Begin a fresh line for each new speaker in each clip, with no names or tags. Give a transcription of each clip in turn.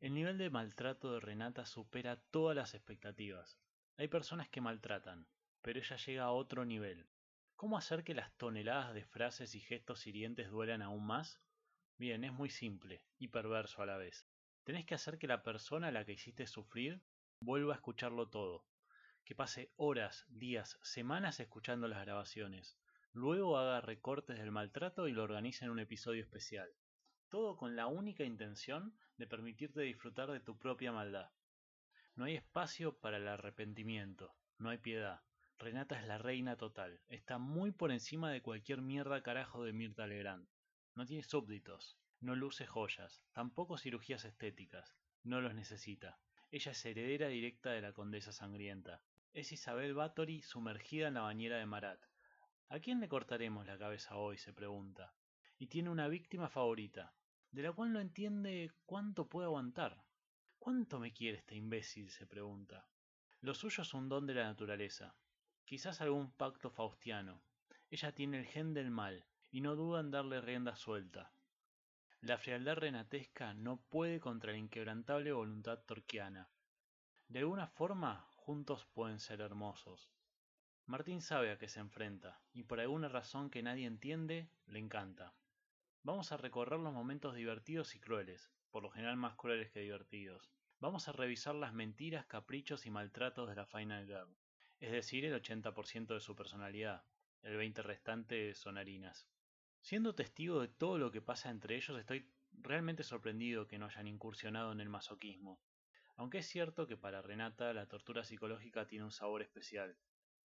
El nivel de maltrato de Renata supera todas las expectativas. Hay personas que maltratan, pero ella llega a otro nivel. ¿Cómo hacer que las toneladas de frases y gestos hirientes duelan aún más? Bien, es muy simple y perverso a la vez. Tenés que hacer que la persona a la que hiciste sufrir vuelva a escucharlo todo, que pase horas, días, semanas escuchando las grabaciones, luego haga recortes del maltrato y lo organice en un episodio especial, todo con la única intención de permitirte disfrutar de tu propia maldad. No hay espacio para el arrepentimiento, no hay piedad. Renata es la reina total, está muy por encima de cualquier mierda carajo de Mirta Legrand. No tiene súbditos, no luce joyas, tampoco cirugías estéticas, no los necesita. Ella es heredera directa de la condesa sangrienta. Es Isabel Bathory sumergida en la bañera de Marat. ¿A quién le cortaremos la cabeza hoy? se pregunta. Y tiene una víctima favorita, de la cual no entiende cuánto puede aguantar. ¿Cuánto me quiere este imbécil? se pregunta. Lo suyo es un don de la naturaleza, quizás algún pacto faustiano. Ella tiene el gen del mal, y no duda en darle rienda suelta. La frialdad renatesca no puede contra la inquebrantable voluntad torquiana. De alguna forma, juntos pueden ser hermosos. Martín sabe a qué se enfrenta, y por alguna razón que nadie entiende, le encanta. Vamos a recorrer los momentos divertidos y crueles, por lo general más crueles que divertidos. Vamos a revisar las mentiras, caprichos y maltratos de la Final Girl, es decir, el 80% de su personalidad, el 20% restante son harinas. Siendo testigo de todo lo que pasa entre ellos, estoy realmente sorprendido que no hayan incursionado en el masoquismo. Aunque es cierto que para Renata la tortura psicológica tiene un sabor especial.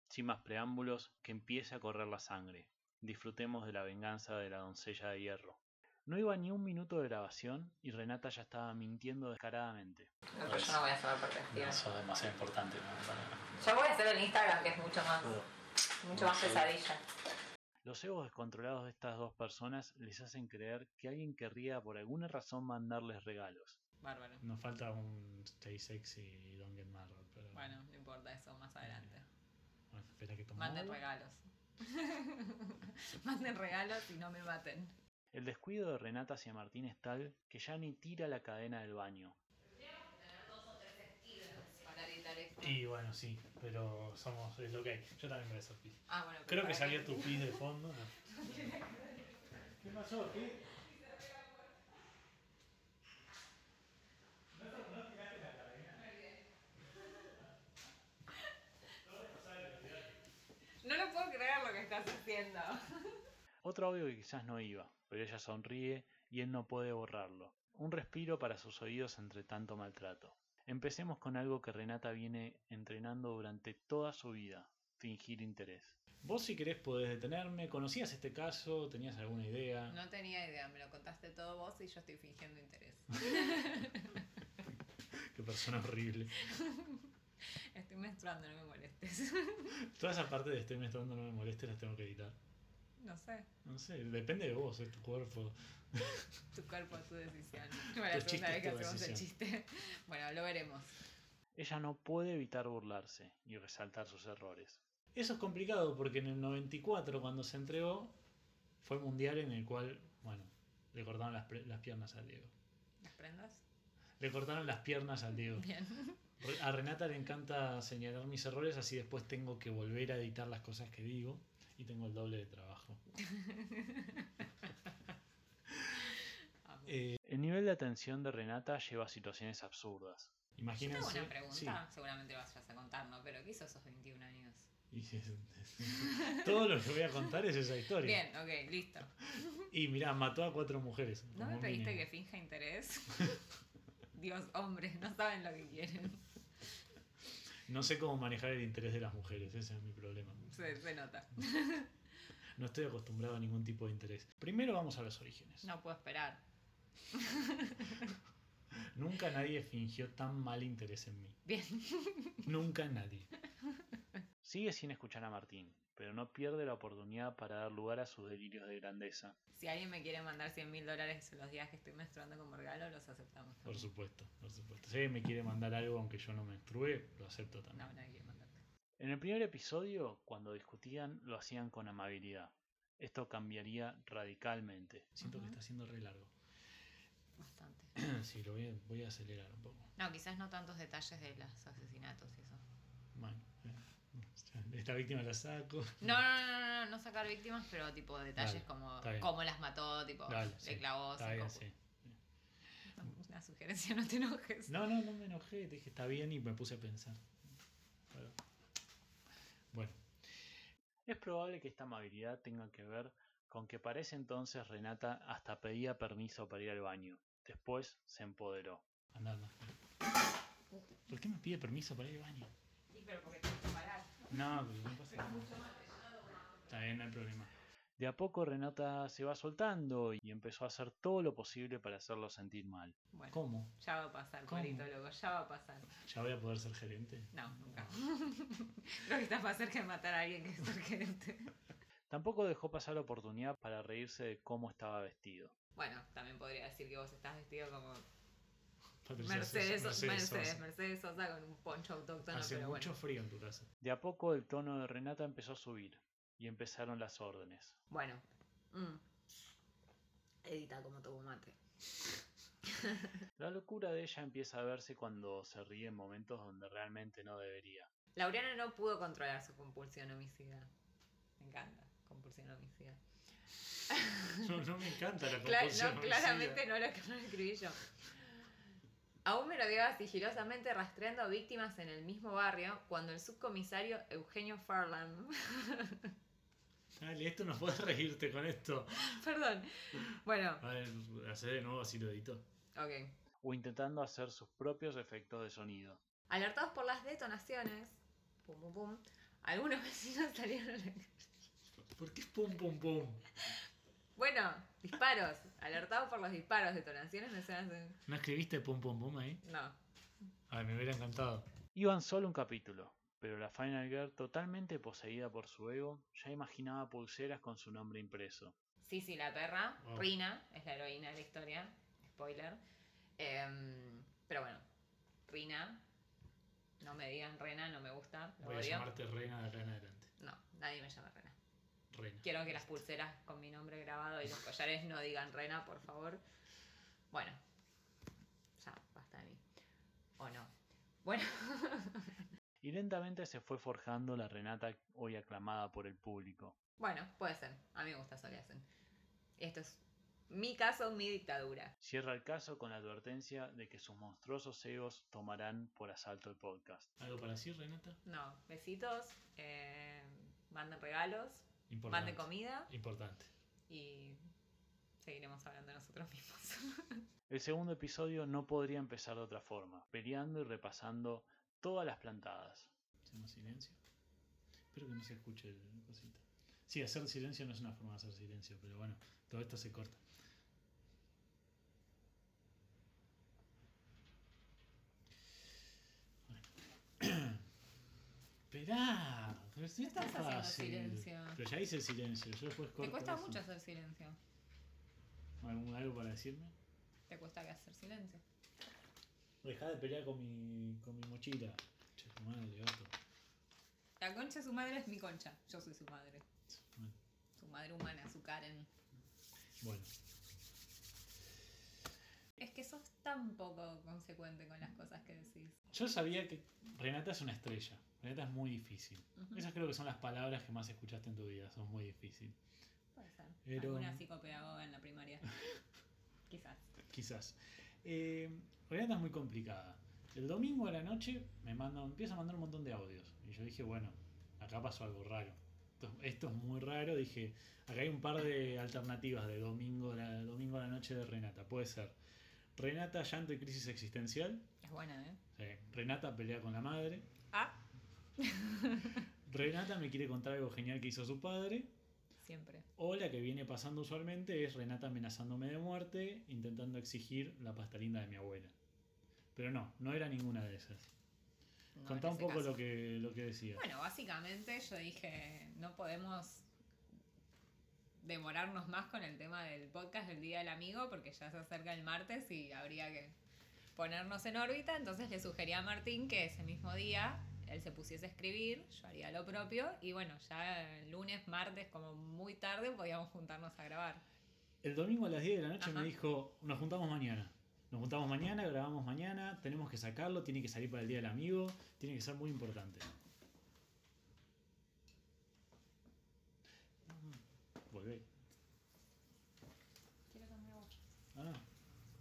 Sin más preámbulos, que empiece a correr la sangre. Disfrutemos de la venganza de la doncella de hierro. No iba ni un minuto de grabación y Renata ya estaba mintiendo descaradamente.
No, pero yo no voy a saber por qué
No,
escribir.
Eso es demasiado importante. ¿no? Para-
Yo voy a hacer el Instagram, que es mucho más,
Ah,
mucho más pesadilla.
Los egos descontrolados de estas dos personas les hacen creer que alguien querría por alguna razón mandarles regalos.
Bárbaro.
Nos falta un Stay Sexy y Don't Get Married, pero
Bueno, no importa eso, más adelante.
bueno, espera que tomamos.
Manden regalos. Manden regalos y no me maten.
El descuido de Renata hacia Martín es tal que ya ni tira la cadena del baño.
Para editar esto.
Y bueno, sí, pero somos, es lo que hay. Yo también voy a hacer pis.
Ah, bueno,
Creo que
salió
salió tu pis de fondo. ¿no? ¿Qué pasó? ¿Qué?
No lo puedo creer lo que estás haciendo.
Otro audio que quizás no iba, pero ella sonríe y él no puede borrarlo. Un respiro para sus oídos entre tanto maltrato. Empecemos con algo que Renata viene entrenando durante toda su vida, fingir interés.
Vos si querés podés detenerme. ¿Conocías este caso? ¿Tenías alguna idea?
No tenía idea, me lo contaste todo vos y yo estoy fingiendo interés.
Qué persona horrible.
Estoy menstruando, no me molestes.
Toda esa parte de estoy menstruando no me moleste las tengo que editar.
No sé,
No sé, depende de vos, es tu cuerpo.
tu cuerpo, tu decisión. Bueno,
Tu
tú
chiste,
sabes que
tu
hacemos el chiste. Bueno, lo veremos.
Ella no puede evitar burlarse y resaltar sus errores.
Eso es complicado porque en el 94, cuando se entregó, fue el mundial en el cual, bueno, le cortaron las, pre- las piernas al Diego.
¿Las prendas?
Le cortaron las piernas al Diego.
Bien.
Re- A Renata le encanta señalar mis errores, así después tengo que volver a editar las cosas que digo y tengo el doble de trabajo.
Amo.
Eh,
El nivel de atención de Renata lleva a situaciones absurdas.
Yo
imagínense.
tengo una pregunta,
sí,
seguramente lo vayas a contar, ¿no? Pero ¿qué hizo esos 21 años?
y es- todo lo que voy a contar es esa historia.
Bien, ok, listo.
Y mirá, mató a cuatro mujeres.
¿No me
como
pediste que
mínimo.
finja interés? Dios, hombres, no saben lo que quieren.
No sé cómo manejar el interés de las mujeres, ese es mi problema.
Se, se nota.
No estoy acostumbrado a ningún tipo de interés. Primero vamos a los orígenes.
No puedo esperar.
Nunca nadie fingió tan mal interés en mí.
Bien.
Nunca nadie.
Sigue sin escuchar a Martín, pero no pierde la oportunidad para dar lugar a sus delirios de grandeza.
Si alguien me quiere mandar 100 mil dólares los días que estoy menstruando como regalo, los aceptamos.
Por supuesto, por supuesto. Si alguien me quiere mandar algo aunque yo no menstrue, lo acepto también.
No, nadie quiere mandarte.
En el primer episodio, cuando discutían, lo hacían con amabilidad. Esto cambiaría radicalmente.
Siento
Ujú.
que está siendo re largo.
Bastante.
sí, lo voy a, voy a acelerar un poco.
No, quizás no tantos detalles de los asesinatos y eso.
Bueno, eh, esta víctima la saco.
No, no, no, no, no, no sacar víctimas, pero tipo detalles
Dale,
como
está bien.
cómo las mató, tipo,
Dale,
le
sí,
clavó
Está
cinco
bien, sí.
pu- Una sugerencia, no te enojes.
No, no, no me enojé, te dije está bien y me puse a pensar. Bueno. Bueno,
Es probable que esta amabilidad tenga que ver con que para ese entonces Renata hasta pedía permiso para ir al baño. Después se empoderó.
andá, andá. ¿Por qué me pide permiso para ir al baño?
Sí, pero porque tengo que parar.
No, porque no pasa nada. Está bien, no hay problema.
De a poco Renata se va soltando y empezó a hacer todo lo posible para hacerlo sentir mal.
Bueno,
¿Cómo?
ya va a pasar,
¿Cómo?
politólogo, ya va a pasar.
¿Ya voy a poder ser gerente?
No, nunca. Lo que está más cerca de matar a alguien que es ser gerente.
Tampoco dejó pasar la oportunidad para reírse de cómo estaba vestido.
Bueno, también podría decir que vos estás vestido como
Patricia
Mercedes,
Sosa,
Mercedes, Mercedes Sosa,
Sosa.
con un poncho autóctono,
Hace
pero
mucho
bueno.
frío en tu casa.
De a poco el tono de Renata empezó a subir y empezaron las órdenes.
Bueno. mm. Edita como tomo mate.
La locura de ella empieza a verse cuando se ríe en momentos donde realmente no debería.
Laureano no pudo controlar su compulsión homicida. Me encanta, compulsión homicida.
No, no me encanta la
Cla-
compulsión.
no,
homicida.
claramente no lo, no lo escribí yo. Aún merodeaba sigilosamente rastreando víctimas en el mismo barrio cuando el subcomisario Eugenio Farland,
Dale, esto no puedes reírte con esto.
perdón, bueno,
A ver, hacer de nuevo así lo edito.
ok,
o intentando hacer sus propios efectos de sonido.
Alertados por las detonaciones, pum pum pum, algunos vecinos salieron a la calle.
¿Por qué es pum pum pum?
Bueno, disparos. Alertados por los disparos, detonaciones no se hacen.
¿No escribiste pum pum pum ahí?
No.
Ay, me hubiera encantado.
Iban solo un capítulo, pero la Final Girl, totalmente poseída por su ego, ya imaginaba pulseras con su nombre impreso.
Sisi la perra,
Wow.
Rina, es la heroína de la historia, spoiler. Em, pero bueno, Rina, no me digan Rena, no me gusta, lo
Voy a
odio.
llamarte Reina de acá en adelante.
No, nadie me llama Rena.
Reina.
Quiero que las pulseras con mi nombre grabado y los collares no digan Rena, por favor. Bueno, ya, basta de mí. O no. Bueno,
Y lentamente se fue forjando la Renata hoy aclamada por el público.
bueno, puede ser. A mí me gusta eso que hacen. Esto es mi caso, mi dictadura.
Cierra el caso con la advertencia de que sus monstruosos egos tomarán por asalto el podcast.
¿Algo para decir, Renata?
No, besitos, eh, manden regalos,
Importante.
manden comida
Importante.
y seguiremos hablando nosotros mismos.
El segundo episodio no podría empezar de otra forma, peleando y repasando todas las plantadas.
Hacemos silencio. Espero que no se escuche el cosito. Sí, hacer silencio no es una forma de hacer silencio, pero bueno, todo esto se corta. Bueno. Esperá, pero si
No
está
estás haciendo
fácil.
silencio.
Pero ya hice el silencio, yo después Ah, corto.
Te cuesta
eso.
mucho hacer silencio.
¿Algún- ¿Algo para decirme?
Te cuesta hacer silencio.
Dejá de pelear con mi, con mi mochila. Che, tu madre, gato.
La concha de su madre es mi concha. Yo soy su madre.
Bueno.
Su madre humana, su Karen.
bueno.
Es que sos tan poco consecuente con las cosas que decís.
Yo sabía que Renata es una estrella. Renata es muy difícil.
Ujú.
Esas creo que son las palabras que más escuchaste en tu vida. Son muy difícil.
Puede ser.
Pero-
Alguna psicopedagoga en la primaria. Quizás.
Quizás. Eh, Renata es muy complicada. El domingo a la noche me manda, empieza a mandar un montón de audios. Y yo dije, bueno, acá pasó algo raro. Esto, esto es muy raro. Dije, acá hay un par de alternativas de domingo a la, domingo a la noche de Renata. Puede ser Renata, llanto y crisis existencial.
Es buena, ¿eh?
Sí. Renata pelea con la madre.
Ah,
Renata me quiere contar algo genial que hizo su padre.
siempre.
O la que viene pasando usualmente es Renata amenazándome de muerte, intentando exigir la pasta linda de mi abuela. Pero no, no era ninguna de esas.
No,
Contá
en
un
ese
poco
caso.
lo que, lo que decía.
Bueno, básicamente yo dije, no podemos demorarnos más con el tema del podcast del Día del Amigo porque ya se acerca el martes y habría que ponernos en órbita. Entonces le sugerí a Martín que ese mismo día él se pusiese a escribir, yo haría lo propio y bueno, ya el lunes, martes, como muy tarde, podíamos juntarnos a grabar.
El domingo a las 10 de la noche
Ajá.
me dijo, nos juntamos mañana. Nos juntamos mañana, grabamos mañana, tenemos que sacarlo, tiene que salir para el Día del Amigo, tiene que ser muy importante. Mm, Volvé.
Quiero cambiar voz.
Ah,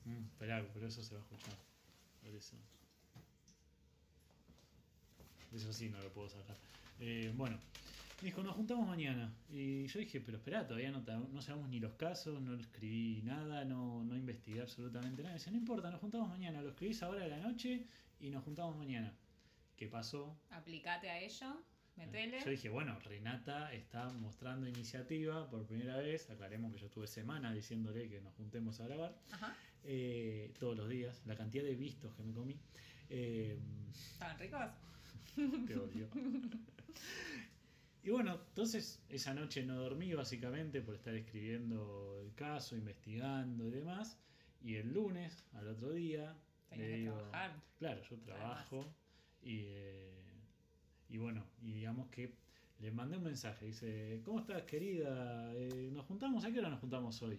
mm, esperá, pero eso se va a escuchar. Por eso. Eso sí, no lo puedo sacar. Eh, bueno, dijo, nos juntamos mañana. Y yo dije, pero esperá, todavía no, ta- no sabemos ni los casos, no escribí nada, no, no investigué absolutamente nada. Dice, no importa, nos juntamos mañana, lo escribís ahora de la noche y nos juntamos mañana. ¿Qué pasó?
Aplicate a ello, metele.
Yo dije, bueno, Renata está mostrando iniciativa por primera vez. Aclaremos que yo estuve semana diciéndole que nos juntemos a grabar
Ajá.
eh, todos los días. La cantidad de vistos que me comí. eh,
¿Estaban ricos?
te odio. Y bueno, entonces esa noche no dormí básicamente por estar escribiendo el caso, investigando y demás. Y el lunes, al otro día,
Tenías
le
que
digo-
trabajar.
Claro, yo trabajo y, eh, y bueno, y digamos que le mandé un mensaje, dice, ¿cómo estás querida? Eh, ¿Nos juntamos? ¿A qué hora nos juntamos hoy?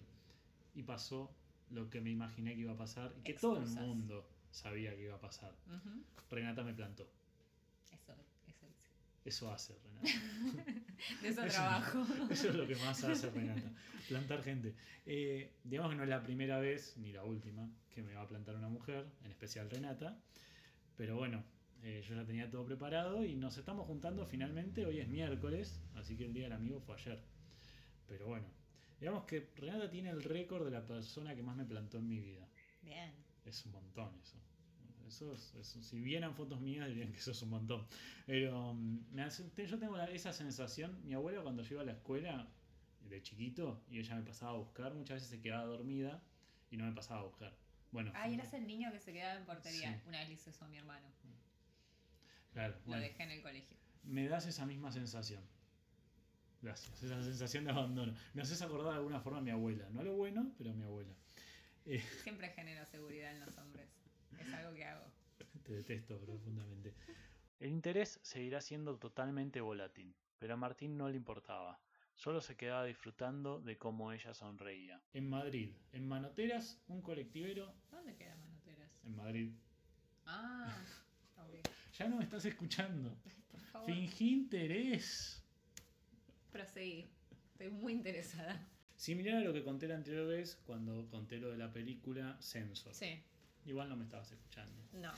Y pasó lo que me imaginé que iba a pasar y que todo
Excusas.
el mundo sabía que iba a pasar.
Ujú.
Renata me plantó.
Eso, eso hice.
Eso hace Renata.
De eso
Eso-
trabajo.
Eso es lo que más hace Renata. Plantar gente. Eh, digamos que no es la primera vez, ni la última, que me va a plantar una mujer, en especial Renata. Pero bueno, eh, yo ya tenía todo preparado y nos estamos juntando finalmente. Hoy es miércoles, así que el día del amigo fue ayer. Pero bueno, digamos que Renata tiene el récord de la persona que más me plantó en mi vida.
Bien.
Es un montón eso. Eso es, eso- si vieran fotos mías dirían que eso es un montón. Pero mm, me hace- te- yo tengo la- esa sensación. Mi abuela cuando yo iba a la escuela de chiquito y ella me pasaba a buscar, muchas veces se quedaba dormida y no me pasaba a buscar. Bueno,
Ay,
fue-
eras el niño que se quedaba en portería.
Sí.
Una vez le hizo eso a mi hermano.
claro,
Lo
bueno,
dejé en el colegio.
me das esa misma sensación. Gracias, esa sensación de abandono. Me haces acordar de alguna forma a mi abuela. No a lo bueno, pero a mi abuela.
Siempre genero seguridad en los hombres. Es algo que hago.
Te detesto profundamente.
El interés seguirá siendo totalmente volátil, pero a Martín no le importaba. Solo se quedaba disfrutando de cómo ella sonreía.
En Madrid, en Manoteras, un colectivero.
¿Dónde queda Manoteras?
En Madrid,
Ah, ok.
Ya no me estás escuchando.
Por favor,
Fingí interés.
proseguí. Estoy muy interesada.
Similar a lo que conté la anterior vez cuando conté lo de la película Sensor.
Sí,
Igual no me estabas escuchando.
no,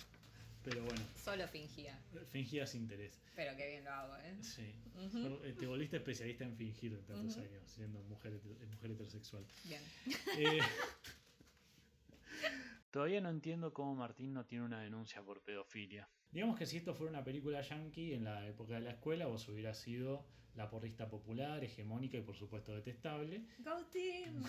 Pero bueno,
solo fingía.
fingías interés.
Pero qué bien lo hago, ¿eh?
Sí.
Ujú,
Por- eh, Te volviste especialista en fingir en tantos
Ujú.
años, siendo mujer, heter- mujer heterosexual.
Bien.
Eh,
Todavía no entiendo cómo Martín no tiene una denuncia por pedofilia.
digamos que si esto fuera una película yankee en la época de la escuela, vos hubieras sido la porrista popular, hegemónica y por supuesto detestable.
¡Go team!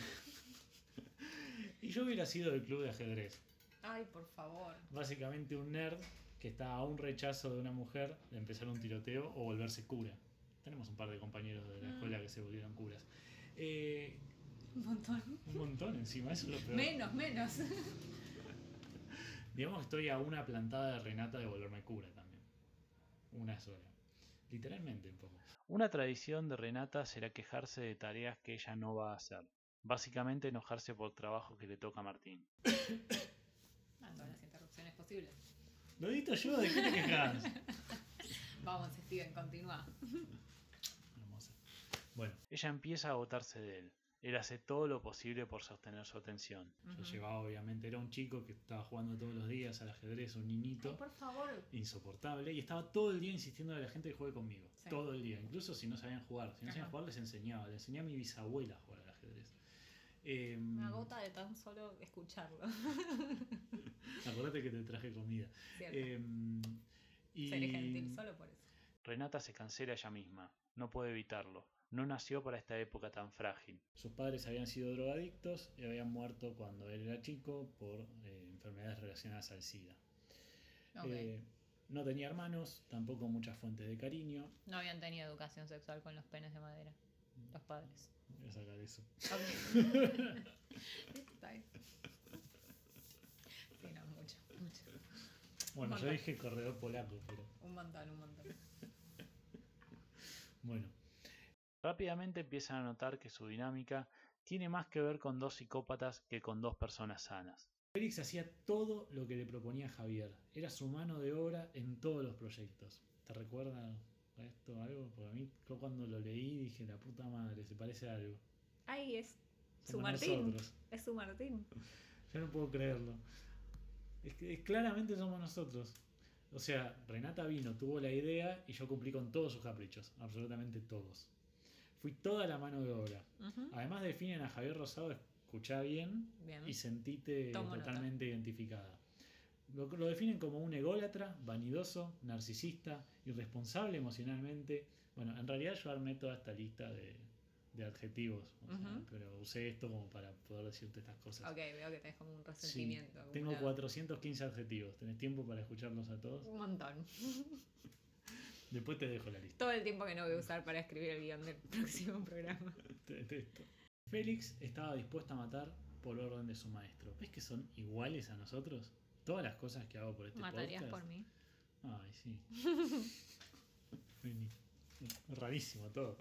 Y yo hubiera sido del club de ajedrez.
Ay, por favor.
básicamente un nerd que está a un rechazo de una mujer de empezar un tiroteo o volverse cura. Tenemos un par de compañeros de la
Mm.
escuela que se volvieron curas. Eh,
Un montón.
un montón encima, eso es lo peor.
Menos, menos.
Digamos que estoy a una plantada de Renata de volverme cura también. Una sola. Literalmente un poco.
Una tradición de Renata será quejarse de tareas que ella no va a hacer. Básicamente enojarse por trabajo que le toca a Martín.
Ah, todas las interrupciones posibles.
Lo edito yo, ¿de qué te quejas?
Vamos, Steven, continúa.
Hermosa. Bueno,
Ella empieza a agotarse de él. Él hace todo lo posible por sostener su atención.
yo
Ujú.
llevaba obviamente, era un chico que estaba jugando todos los días al ajedrez, un niñito.
Ay, Ah, por favor.
insoportable y estaba todo el día insistiendo a la gente que juegue conmigo.
Sí.
Todo el día, incluso si no sabían jugar. Si no sabían
Ajá.
jugar, les enseñaba. Le enseñé a mi bisabuela a jugar al ajedrez. Em,
Me agota de tan solo escucharlo.
acordate que te traje comida.
Cierto.
Em, y
Seré gentil solo por eso.
Renata se cancela ella misma. No puede evitarlo. No nació para esta época tan frágil.
sus padres habían sido drogadictos y habían muerto cuando él era chico por eh, enfermedades relacionadas al SIDA.
Ok.
Eh, no tenía hermanos, tampoco muchas fuentes de cariño.
No habían tenido educación sexual con los penes de madera, los padres.
Voy a sacar eso.
Está bien. Sí, no, mucho, mucho.
Bueno, yo
montón.
dije corredor polaco, pero
Un montón, un montón.
bueno.
Rápidamente empiezan a notar que su dinámica tiene más que ver con dos psicópatas que con dos personas sanas.
Félix hacía todo lo que le proponía Javier. Era su mano de obra en todos los proyectos. ¿Te recuerda a esto algo? Porque a mí yo cuando lo leí dije, la puta madre, se parece a algo.
Ay, es su
Como
Martín.
nosotros.
Es su Martín.
Yo no puedo creerlo. Es que es- claramente somos nosotros. O sea, Renata vino, tuvo la idea y yo cumplí con todos sus caprichos, absolutamente todos. Fui toda la mano de obra.
Ujú.
Además definen a Javier Rosado, escuchá bien
Bien.
y sentite
Tomo nota.
totalmente identificada. Lo, lo definen como un ególatra, vanidoso, narcisista, irresponsable emocionalmente. Bueno, en realidad yo armé toda esta lista de, de adjetivos, o sea,
Ujú.
pero usé esto como para poder decirte estas cosas.
Ok, veo que tenés como un
Sí,
resentimiento. como
tengo
una-
415 adjetivos. ¿Tenés tiempo para escucharlos a todos?
Un montón.
Después te dejo la lista.
Todo el tiempo que no voy a usar para escribir el guión del próximo programa.
Te detesto. Félix estaba dispuesto a matar por orden de su maestro. ¿Ves que son iguales a nosotros? Todas las cosas que hago por este
¿Matarías por
podcast.
mí?
Ay, sí. Vení. Rarísimo todo.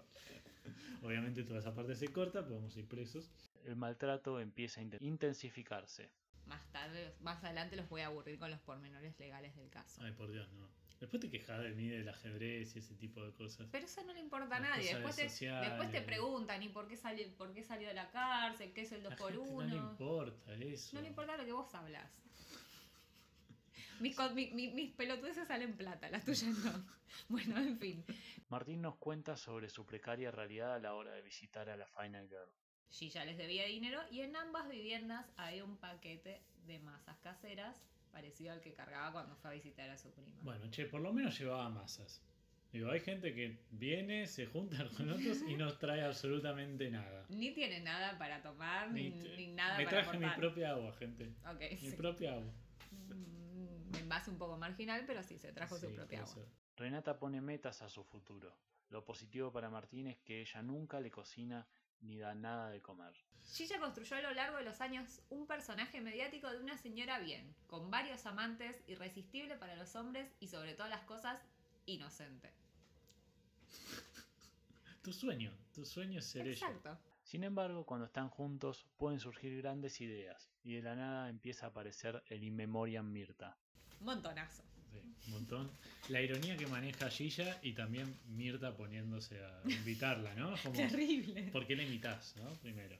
Obviamente toda esa parte se corta, podemos ir presos.
El maltrato empieza a inten- intensificarse.
Más tarde, más adelante los voy a aburrir con los pormenores legales del caso.
Ay, por Dios, no. Después te quejas de mí del ajedrez y ese tipo de cosas.
Pero eso no le importa a
Las
nadie.
cosas
Después te,
sociales.
después te preguntan, ¿y por qué, salió, por qué salió de la cárcel? ¿Qué es el 2
La
por
gente
1
No le importa eso.
No le importa lo que vos hablas. Mis, co- mi- mi- mis pelotudeces salen plata, las tuyas no. Bueno, en fin.
Martín nos cuenta sobre su precaria realidad a la hora de visitar a la Final Girl.
Gilla les debía dinero y en ambas viviendas había un paquete de masas caseras parecido al que cargaba cuando fue a visitar a su prima.
Bueno, che, por lo menos llevaba masas. Digo, hay gente que viene, se junta con otros y no trae absolutamente nada.
Ni tiene nada para tomar, ni,
te-
ni nada
Me
para
traje mi
aportar.
propia agua, gente.
Ok,
Mi
sí.
propia agua.
Mm, envase un poco marginal, pero sí, se trajo su
Sí,
propia
puede
agua.
ser.
Renata pone metas a su futuro. Lo positivo para Martín es que ella nunca le cocina ni da nada de comer.
Gilla construyó a lo largo de los años un personaje mediático de una señora bien, con varios amantes, irresistible para los hombres y sobre todas las cosas, inocente.
Tu sueño, tu sueño es ser ella.
Exacto.
Sin embargo, cuando están juntos pueden surgir grandes ideas y de la nada empieza a aparecer el inmemoriam Mirta.
Montonazo.
Sí, un montón. La ironía que maneja Gilla y también Mirta poniéndose a invitarla, ¿no? Como,
Terrible.
¿Por qué la imitás, no? Primero.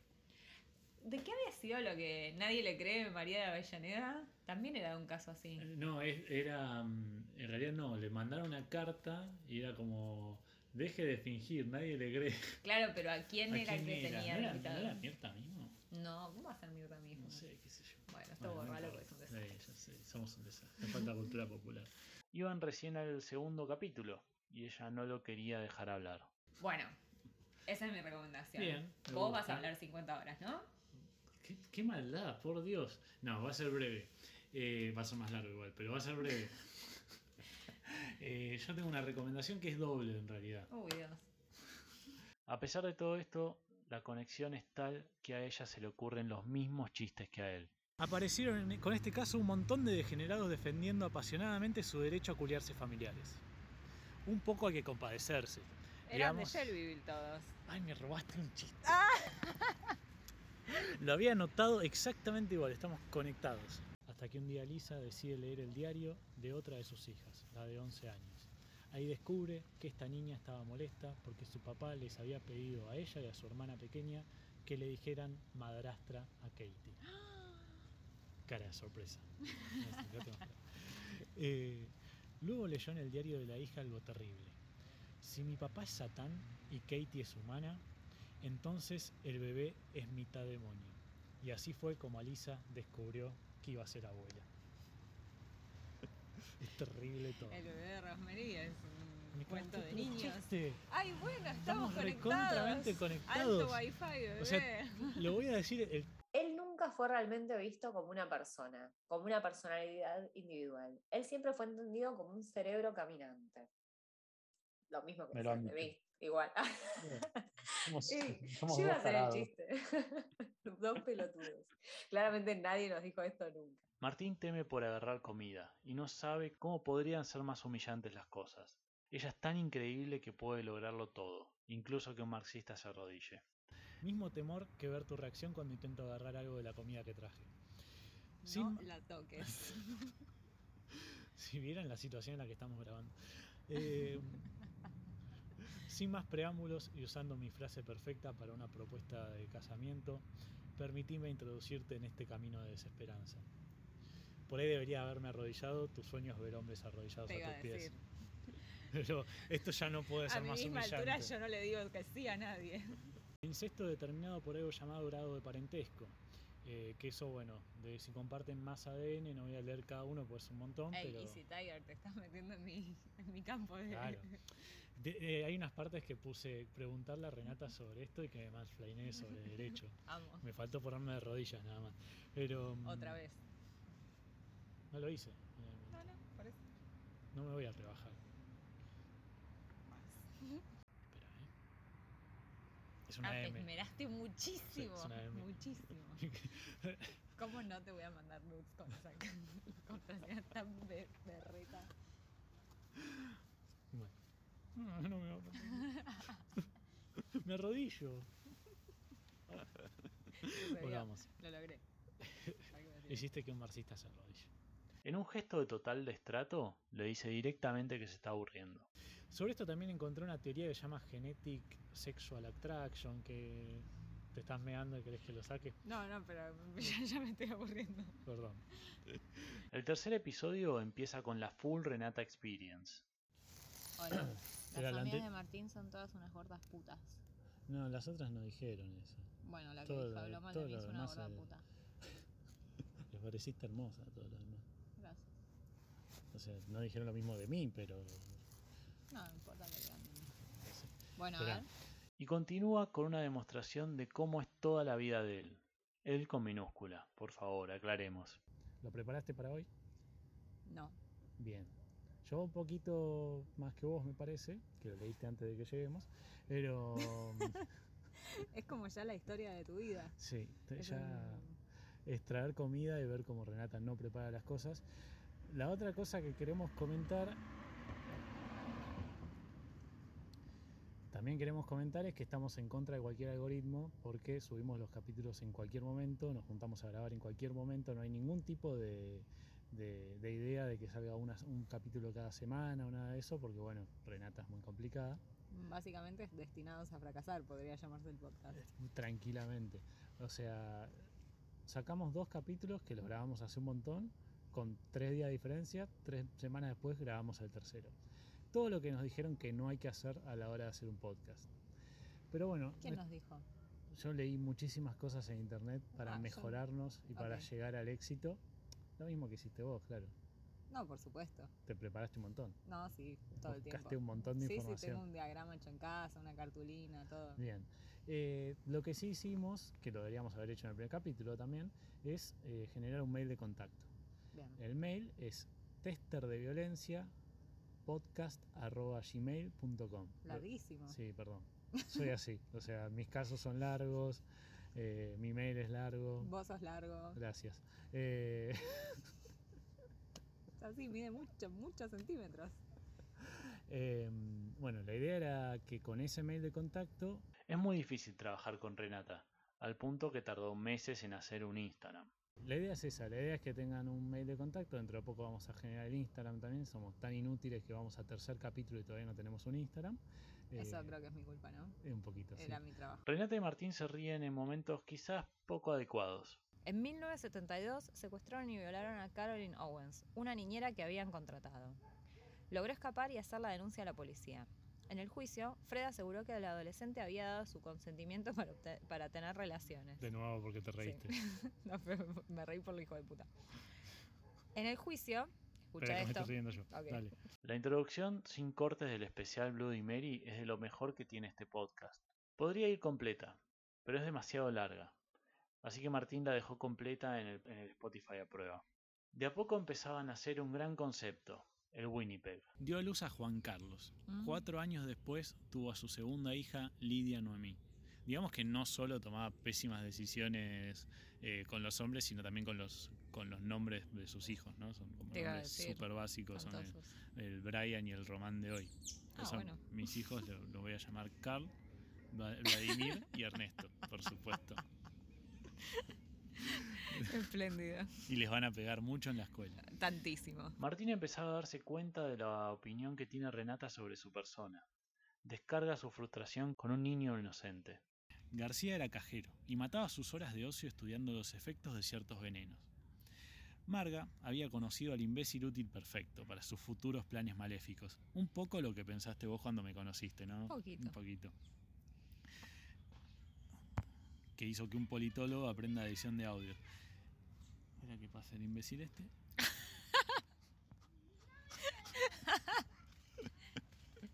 ¿De qué había sido lo que nadie le cree María de Avellaneda? También era un caso así.
Eh, No, es- era. mm, En realidad no, le mandaron una carta y era como. Deje de fingir, nadie le cree.
Claro, pero ¿a quién
¿A
era el
quién
que
era?
tenía
¿No
de
era, no
invitado?
era Mirta mismo?
No, ¿cómo va a ser Mirta mismo?
No sé, qué sé yo.
Bueno, esto
Bueno, no
borralo porque
importa.
es un desastre.
Sí, ya sé, somos un desastre. Nos falta cultura popular.
Iban recién al segundo capítulo y ella no lo quería dejar hablar.
Bueno, esa es mi recomendación.
Bien. me
Vos vas
gusta.
a hablar 50 horas, ¿no?
¿Qué, qué maldad, por Dios. No, va a ser breve. Eh, va a ser más largo igual, pero va a ser breve. Eh, yo tengo una recomendación que es doble en realidad.
Uy, Dios.
A pesar de todo esto, la conexión es tal que a ella se le ocurren los mismos chistes que a él.
Aparecieron en- con este caso un montón de degenerados defendiendo apasionadamente su derecho a culiarse familiares. Un poco hay que compadecerse.
Eran
Digamos-
de Shelbyville todos.
Ay, me robaste un chiste. Lo había anotado exactamente igual, estamos conectados. Hasta que un día Lisa decide leer el diario de otra de sus hijas, la de 11 años. Ahí descubre que esta niña estaba molesta porque su papá les había pedido a ella y a su hermana pequeña que le dijeran madrastra a Katie. Cara de sorpresa. Eh, luego leyó en el diario de la hija algo terrible. Si mi papá es Satán y Katie es humana, entonces el bebé es mitad demonio. Y así fue como Alisa descubrió que iba a ser abuela. Es terrible todo.
El bebé de Rosemary es un
Me
cuento
cagaste
de
por un
niños.
chiste.
Ay, bueno, estamos,
Estamos
conectados.
recontramente conectados.
Alto wifi, bebé.
O sea, Lo voy a decir el
Él nunca fue realmente visto como una persona, como una personalidad individual. Él siempre fue entendido como un cerebro caminante. Lo mismo que
Me lo
decías de
admito.
mí, igual. Ah,
Somos,
Sí,
somos
Yo iba a
dos
hacer el
tarados.
chiste. Los Dos pelotudos. Claramente nadie nos dijo esto nunca.
Martín teme por agarrar comida y no sabe cómo podrían ser más humillantes las cosas. Ella es tan increíble que puede lograrlo todo, incluso que un marxista se arrodille.
mismo temor que ver tu reacción cuando intento agarrar algo de la comida que traje.
No
Sin-
la toques.
Si vieran la situación en la que estamos grabando. Eh, sin más preámbulos y usando mi frase perfecta para una propuesta de casamiento, permitime introducirte en este camino de desesperanza. Por ahí debería haberme arrodillado, tus sueños ver hombres arrodillados
Te iba
a
a
tus pies.
decir.
Pero esto ya no puede
A
ser
mi
más
misma
humillante.
altura yo no le digo que sí a nadie.
Incesto determinado por algo llamado grado de parentesco. Eh, que eso, bueno, de si comparten más ADN, no voy a leer cada uno, pues es un montón,
Ey,
pero...
Easy Tiger, te estás metiendo en mi, en mi campo de...
Claro. De- eh, hay unas partes que puse preguntarle a Renata sobre esto y que me mansplainé sobre derecho.
Amo,
Me faltó ponerme de rodillas nada más. Pero. mm,
otra vez.
No lo hice. eh,
No, no, por eso.
No me voy a rebajar. Espera, ¿eh? Es una
Ah, te
M.
esmeraste muchísimo,
Sí, es una M.
muchísimo. ¿Cómo no te voy a mandar nudes con esa contraseña tan be- berreta?
Bueno. No, no me va a pasar. Me arrodillo.
Sucedió.
Volvamos.
Lo logré. Algo de tiempo.
Hiciste que un marxista se arrodille.
En un gesto de total destrato, le dice directamente que se está aburriendo.
Sobre esto también encontré una teoría que se llama Genetic Sexual Attraction, que te estás meando y querés que lo saques.
No, no, pero ya, ya me estoy aburriendo.
Perdón.
El tercer episodio empieza con la full Renata Experience.
Hola.
Era la
Las
ante-
amigas de Martín son todas unas gordas putas.
No, las otras no dijeron eso.
Bueno, la que
Todo
dijo
lo de-
habló mal
todo
de mí
lo
es una
demás
gorda
habla.
puta.
Les pareciste hermosa a todo lo demás.
Gracias.
O sea, no dijeron lo mismo de mí, pero.
No, no importa que digan. Bueno,
Esperá.
a ver.
Y continúa con una demostración de cómo es toda la vida de él. Él con minúscula, por favor, aclaremos.
¿Lo preparaste para hoy?
No.
Bien. Yo un poquito más que vos, me parece, que lo leíste antes de que lleguemos, pero.
Es como ya la historia de tu vida.
sí, te-
Es
Eh, ya.
un-
es traer comida y ver cómo Renata no prepara las cosas. La otra cosa que queremos comentar, también queremos comentar es que estamos en contra de cualquier algoritmo porque subimos los capítulos en cualquier momento, nos juntamos a grabar en cualquier momento, no hay ningún tipo de, de- de idea de que salga una- un capítulo cada semana o nada de eso, porque bueno, Renata es muy complicada.
Básicamente es destinados a fracasar, podría llamarse el podcast.
Este, tranquilamente. O sea, sacamos dos capítulos que los grabamos hace un montón, con tres días de diferencia, tres semanas después grabamos el tercero. Todo lo que nos dijeron que no hay que hacer a la hora de hacer un podcast. Pero bueno,
¿Quién nos dijo?
yo leí muchísimas cosas en internet para
Ah, yo-
mejorarnos y para
ok.
llegar al éxito. Lo mismo que hiciste vos, claro.
No, por supuesto.
Te preparaste un montón.
No, sí, todo el tiempo.
Buscaste un montón de
sí, sí,
información.
tengo un diagrama hecho en casa, una cartulina, todo.
Bien. Eh, lo que sí hicimos, que lo deberíamos haber hecho en el primer capítulo también, es eh, generar un mail de contacto.
Bien.
El mail es tester de violencia podcast.gmail.com.
Larguísimo.
Sí, perdón. Soy así. O sea, mis casos son largos, eh, mi mail es largo.
Vos sos largo.
Gracias. Eh,
O sea, sí, mide muchos, muchos centímetros.
eh, bueno, la idea era que con ese mail de contacto
Es muy difícil trabajar con Renata, al punto que tardó meses en hacer un Instagram.
La idea es esa, la idea es que tengan un mail de contacto, dentro de poco vamos a generar el Instagram también, somos tan inútiles que vamos a tercer capítulo y todavía no tenemos un Instagram.
Eso
Eh,
creo que es mi culpa, ¿no?
eh, Un poquito, sí.
Era mi trabajo.
Renata y Martín se ríen en momentos quizás poco adecuados.
En 1972 secuestraron y violaron a Carolyn Owens, una niñera que habían contratado. Logró escapar y hacer la denuncia a la policía. En el juicio, Fred aseguró que la adolescente había dado su consentimiento para, obte- para tener relaciones.
De nuevo porque te reíste.
No, pero me reí por lo hijo de puta. En el juicio,
Espera
escucha
que me
esto.
estoy riendo yo.
Ok.
Dale.
La introducción sin cortes del especial Bloody Mary es de lo mejor que tiene este podcast. Podría ir completa, pero es demasiado larga. Así que Martín la dejó completa en el, en el Spotify a prueba. De a poco empezaban a hacer un gran concepto, el Winnipeg.
Dio a luz a Juan Carlos.
Mm.
Cuatro años después tuvo a su segunda hija, Lidia Noemí. Digamos que no solo tomaba pésimas decisiones eh, con los hombres, sino también con los, con los nombres de sus hijos, ¿no? Son como
Te iba a
nombres
decir,
súper básicos. Son el-
Espantosos.
el Brian y el Román de hoy.
Ah,
O sea,
bueno.
Mis hijos lo, lo voy a llamar Carl, Va- Vladimir y Ernesto, por supuesto.
Espléndido.
y les van a pegar mucho en la escuela.
Tantísimo.
Martín empezaba a darse cuenta de la opinión que tiene Renata sobre su persona. Descarga su frustración con un niño inocente.
García era cajero y mataba sus horas de ocio estudiando los efectos de ciertos venenos. Marga había conocido al imbécil útil perfecto para sus futuros planes maléficos. Un poco lo que pensaste vos cuando me conociste, ¿no?
Poquito.
Un poquito. Que hizo que un politólogo aprenda edición de audio. Mira qué pasa el imbécil este.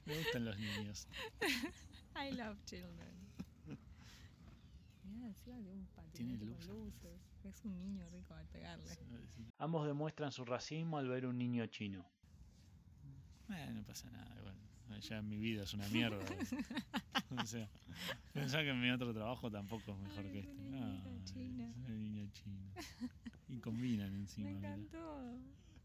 Me gustan los niños.
I love children. Mira, encima de un patinete
Tiene
con
luces.
luces. Es un niño rico al pegarle.
Ambos demuestran su racismo al ver un niño chino.
Bueno, Eh, no pasa nada, igual. Ya mi vida es una mierda. o sea, pensá que mi otro trabajo tampoco es mejor
Ay,
que
con
este.
el niño chino.
es el niño chino. Y combinan encima.
me
mira.
encantó.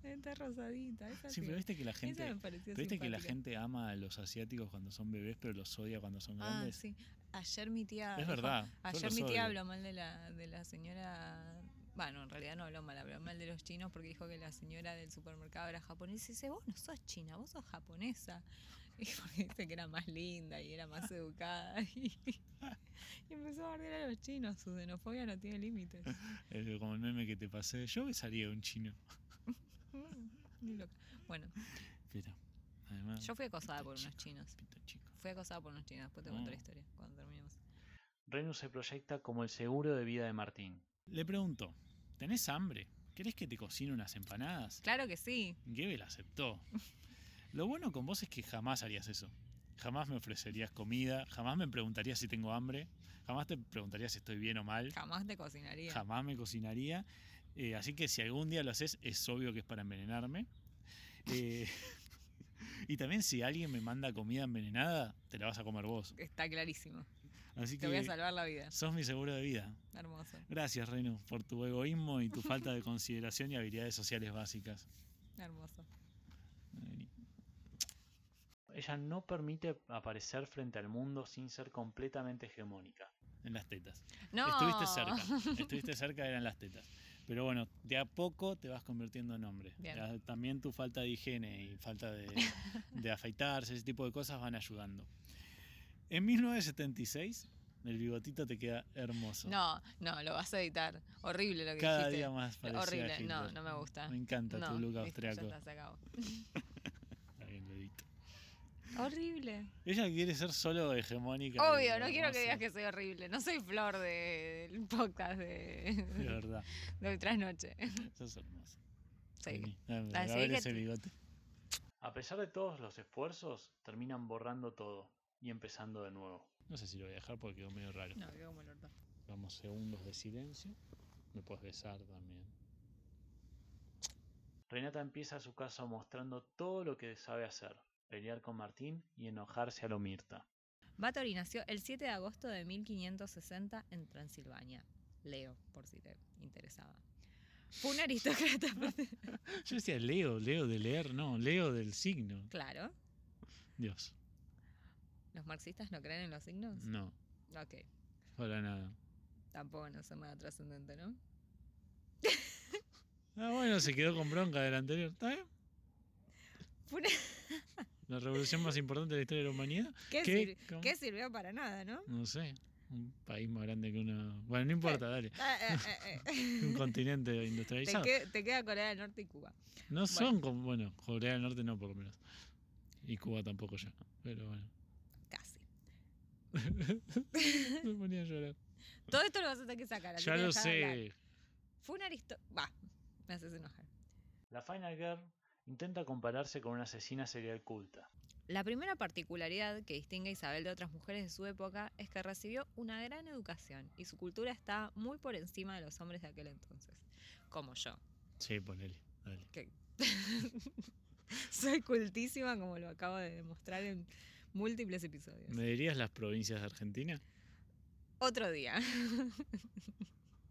Esta rosadita. Esa
Sí,
sí.
pero viste que la
Esa
gente.
me pareció
pero viste que la
simpática.
gente ama a los asiáticos cuando son bebés, pero los odia cuando son
Ah,
grandes.
sí. Ayer mi tía.
Es
dijo-
verdad. yo
Ayer
los
mi tía
odio.
habló mal de la, de la señora. Bueno, en realidad no habló mal, habló mal de los chinos porque dijo que la señora del supermercado era japonesa. Y dice, vos no sos china, vos sos japonesa. Y porque dice que era más linda y era más educada. Y, y empezó a bardear a los chinos. Su xenofobia no tiene límites.
Eh, como el meme que te pasé. Yo besaría a un chino.
Mm, ni loca. Bueno,
Pero, además.
yo fui acosada
pito
por unos
chico,
chinos.
pito chico.
Fui acosada por unos chinos. Después te cuento la
Oh.
historia cuando terminemos.
Renu se proyecta como el seguro de vida de Martín.
Le pregunto: ¿Tenés hambre? ¿Querés que te cocine unas empanadas?
Claro que sí.
Gebel aceptó. Lo bueno con vos es que jamás harías eso. Jamás me ofrecerías comida, jamás me preguntarías si tengo hambre, jamás te preguntarías si estoy bien o mal,
Jamás te cocinaría.
jamás me cocinaría. Eh, así que si algún día lo haces, es obvio que es para envenenarme. Eh, y también si alguien me manda comida envenenada, te la vas a comer vos.
Está clarísimo.
Así
Te voy a
que
salvar la vida.
sos mi seguro de vida.
Hermoso.
Gracias, Reno, por tu egoísmo y tu falta de consideración y habilidades sociales básicas.
Hermoso.
Ella no permite aparecer frente al mundo sin ser completamente hegemónica.
En las tetas.
No.
Estuviste cerca, estuviste cerca, eran las tetas. Pero bueno, de a poco te vas convirtiendo en hombre.
Bien.
Ya También tu falta de higiene y falta de, de afeitarse, ese tipo de cosas van ayudando. En 1976, el bigotito te queda hermoso.
No, no, lo vas a editar. Horrible lo que
Cada
dijiste.
día más parecido
Horrible. No, no me gusta.
Me encanta
no,
tu look
listo, ya
austriaco.
está, se acabó.
Está bien, lo edito.
Horrible.
Ella quiere ser solo hegemónica. y
Obvio, no quiero que
hermosa.
digas que soy horrible. No soy flor de- del podcast
De
de,
verdad,
de hoy tras noche.
eso es hermoso.
Sí.
Dame,
Ah,
a
sí,
ver
que
ese
te-
bigote.
A pesar de todos los esfuerzos, terminan borrando todo y empezando de nuevo.
No sé si lo voy a dejar porque quedó medio raro.
No, quedó como el orto.
Vamos segundos de silencio. Me puedes besar también.
Renata empieza su caso mostrando todo lo que sabe hacer, pelear con Martín y enojarse a lo Mirta.
Bathory nació el 7 de agosto de 1560 en Transilvania. Leo, por si te interesaba. Fue un aristócrata.
Yo decía Leo, Leo de leer, no, Leo del signo.
claro.
Dios,
¿Los marxistas no creen en los signos?
no,
Ok.
para nada.
Tampoco no son nada trascendente, ¿no?
Ah, bueno, se quedó con bronca del anterior. ¿Está bien?
Fue una-
La revolución más importante de la historia de la humanidad.
¿Qué,
¿Qué?
sir-
¿Cómo?
qué sirvió para nada, no?
No sé. Un país más grande que una. Bueno, no importa, dale.
Ah, ah, ah, ah.
Un continente
te,
industrializado.
que- te queda Corea del Norte y Cuba.
No son como. Bueno, Corea del Norte no, por lo menos. Y Cuba tampoco ya. Pero bueno.
Casi.
Me ponía a llorar.
Todo esto lo vas a tener que sacar. así
Ya
que
lo
dejá de hablar.
sé.
Fue un aristócrata. Va, me haces enojar.
La Final Girl intenta compararse con una asesina serial culta.
La primera particularidad que distingue a Isabel de otras mujeres de su época es que recibió una gran educación y su cultura está muy por encima de los hombres de aquel entonces. Como yo.
Sí, ponele. Dale.
Soy cultísima, como lo acabo de demostrar en múltiples episodios.
¿Me dirías las provincias de Argentina?
Otro día.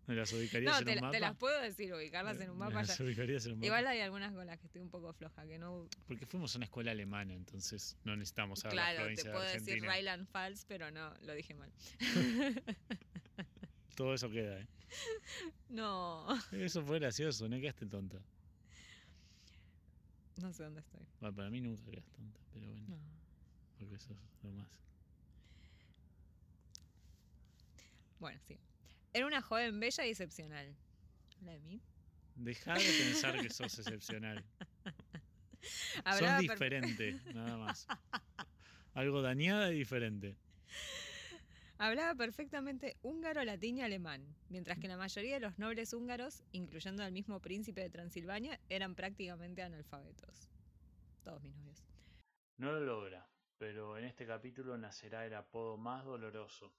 ¿Me las ubicarías
No,
en
te,
un
la-
mapa?
te las puedo decir, ubicarlas en un
¿Me
mapa.
las
ya-
ubicarías en un mapa?
Igual hay algunas con las que estoy un poco floja, que no...
Porque fuimos a una escuela alemana, entonces no necesitamos saber las
claro, te
provincias
puedo
de
decir
Argentina.
Ryland Falls, pero no, lo dije mal.
Todo eso queda, ¿eh?
No.
Eso fue gracioso, no quedaste tonta.
No sé dónde estoy.
Bueno, para mí nunca quedas tonta, pero bueno,
No.
porque sos lo más.
Bueno, sí. Era una joven bella y excepcional. ¿Habla de mí?
Deja de pensar que sos excepcional.
Hablaba
sos
per-
diferente, nada más. Algo dañada y diferente.
Hablaba perfectamente húngaro, latín y alemán, mientras que la mayoría de los nobles húngaros, incluyendo al mismo príncipe de Transilvania, eran prácticamente analfabetos. Todos mis novios.
No lo logra, pero en este capítulo nacerá el apodo más doloroso.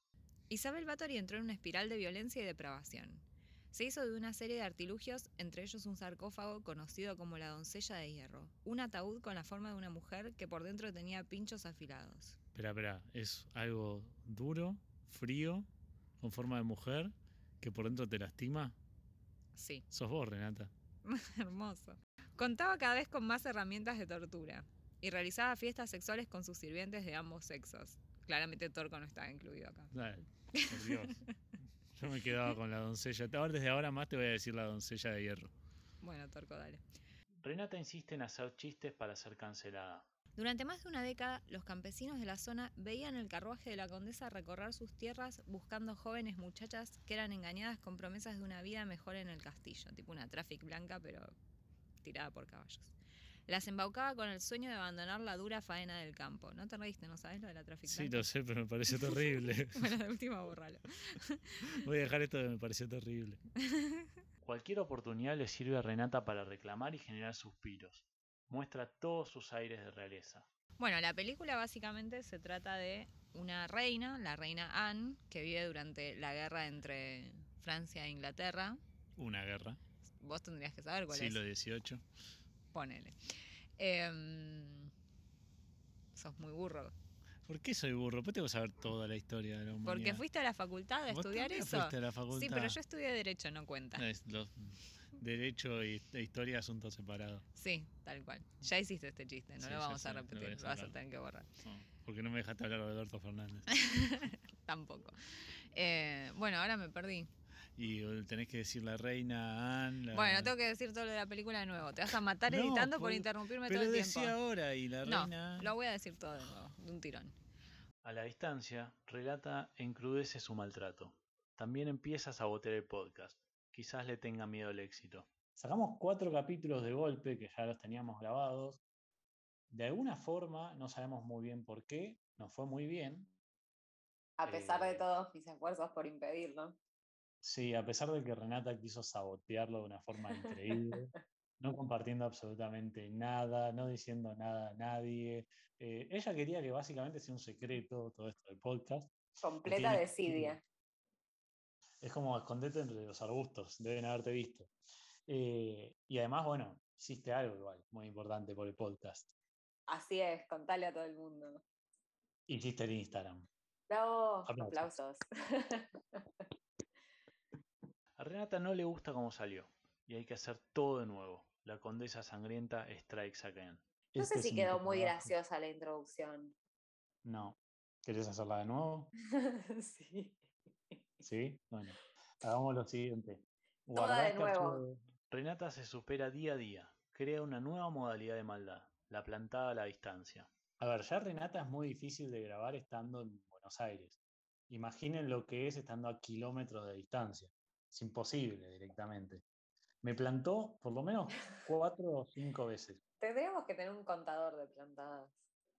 Isabel Bathory entró en una espiral de violencia y depravación. Se hizo de una serie de artilugios, entre ellos un sarcófago conocido como la doncella de hierro, un ataúd con la forma de una mujer que por dentro tenía pinchos afilados.
Espera, espera, es algo duro, frío, con forma de mujer, que por dentro te lastima.
Sí,
Sos vos, Renata.
hermoso. Contaba cada vez con más herramientas de tortura y realizaba fiestas sexuales con sus sirvientes de ambos sexos. Claramente Torco no estaba incluido acá.
Dale, por Dios. Yo me quedaba con la doncella. Ahora, desde ahora más te voy a decir la doncella de hierro.
Bueno, Torco, dale.
Renata insiste en hacer chistes para ser cancelada.
Durante más de una década, los campesinos de la zona veían el carruaje de la condesa recorrer sus tierras buscando jóvenes muchachas que eran engañadas con promesas de una vida mejor en el castillo, tipo una traffic blanca pero tirada por caballos. Las embaucaba con el sueño de abandonar la dura faena del campo. ¿No te reíste? ¿No sabes lo de la traffic
Sí,
blanca?
lo sé, pero me pareció terrible.
Bueno, de última borralo.
Voy a dejar esto que me pareció terrible.
Cualquier oportunidad le sirve a Renata para reclamar y generar suspiros. Muestra todos sus aires de realeza.
Bueno, la película básicamente se trata de una reina, la reina Anne, que vive durante la guerra entre Francia e Inglaterra.
Una guerra.
Vos tendrías que saber cuál es.
Siglo XVIII.
Ponele. Em, sos muy burro.
¿Por qué soy burro? ¿Por qué tengo que saber toda la historia de la humanidad?
Porque fuiste a la facultad a
¿Vos
estudiar
también
eso.
fuiste a la facultad? Eh.
Sí, pero yo estudié Derecho, no cuenta.
Es lo- Derecho y, e historia, asuntos separados.
Sí, tal cual. Ya hiciste este chiste, no
Sí,
lo
ya
vamos
sé,
a
lo
repetir,
voy a
lo vas a
sacar.
tener que borrar.
Porque no me dejaste hablar de Alberto Fernández.
Tampoco. Eh, bueno, ahora me perdí.
Y tenés que decir la reina Anne. la-
Bueno, tengo que decir todo lo de la película de nuevo. Te vas a matar
No,
editando por
por-
interrumpirme
Pero
todo el
decía
tiempo.
ahora y la
No,
reina.
Lo voy a decir todo de nuevo, de un tirón.
A la distancia, Renata encrudece su maltrato. También empieza a sabotear el podcast. Quizás le tenga miedo el éxito. Sacamos cuatro capítulos de golpe que ya los teníamos grabados. De alguna forma, no sabemos muy bien por qué, nos fue muy bien.
A pesar de
Eh.
todos mis esfuerzos por impedirlo.
Sí, a pesar de que Renata quiso sabotearlo de una forma increíble, no compartiendo absolutamente nada, no diciendo nada a nadie. Eh, ella quería que básicamente sea un secreto todo esto del podcast.
Completa
tiene-
desidia.
Es como escondete entre los arbustos, deben haberte visto. Eh, y además, bueno, hiciste algo igual, muy importante por el podcast.
Así es, contale a todo el mundo.
Hiciste el Instagram.
Bravo, aplausos.
Aplausos. A Renata no le gusta cómo salió, y hay que hacer todo de nuevo. La condesa sangrienta strikes again.
No sé si quedó muy
gracioso.
graciosa la introducción.
No. ¿Querés hacerla de nuevo?
sí.
Sí, bueno. Hagamos lo siguiente.
Toda
Guardá
de
este
nuevo.
archivo. Renata se supera día a día. Crea una nueva modalidad de maldad, la plantada a la distancia. A ver, ya Renata es muy difícil de grabar estando en Buenos Aires. Imaginen lo que es estando a kilómetros de distancia. Es imposible directamente. Me plantó por lo menos cuatro o cinco veces.
Tendríamos que tener un contador de plantadas.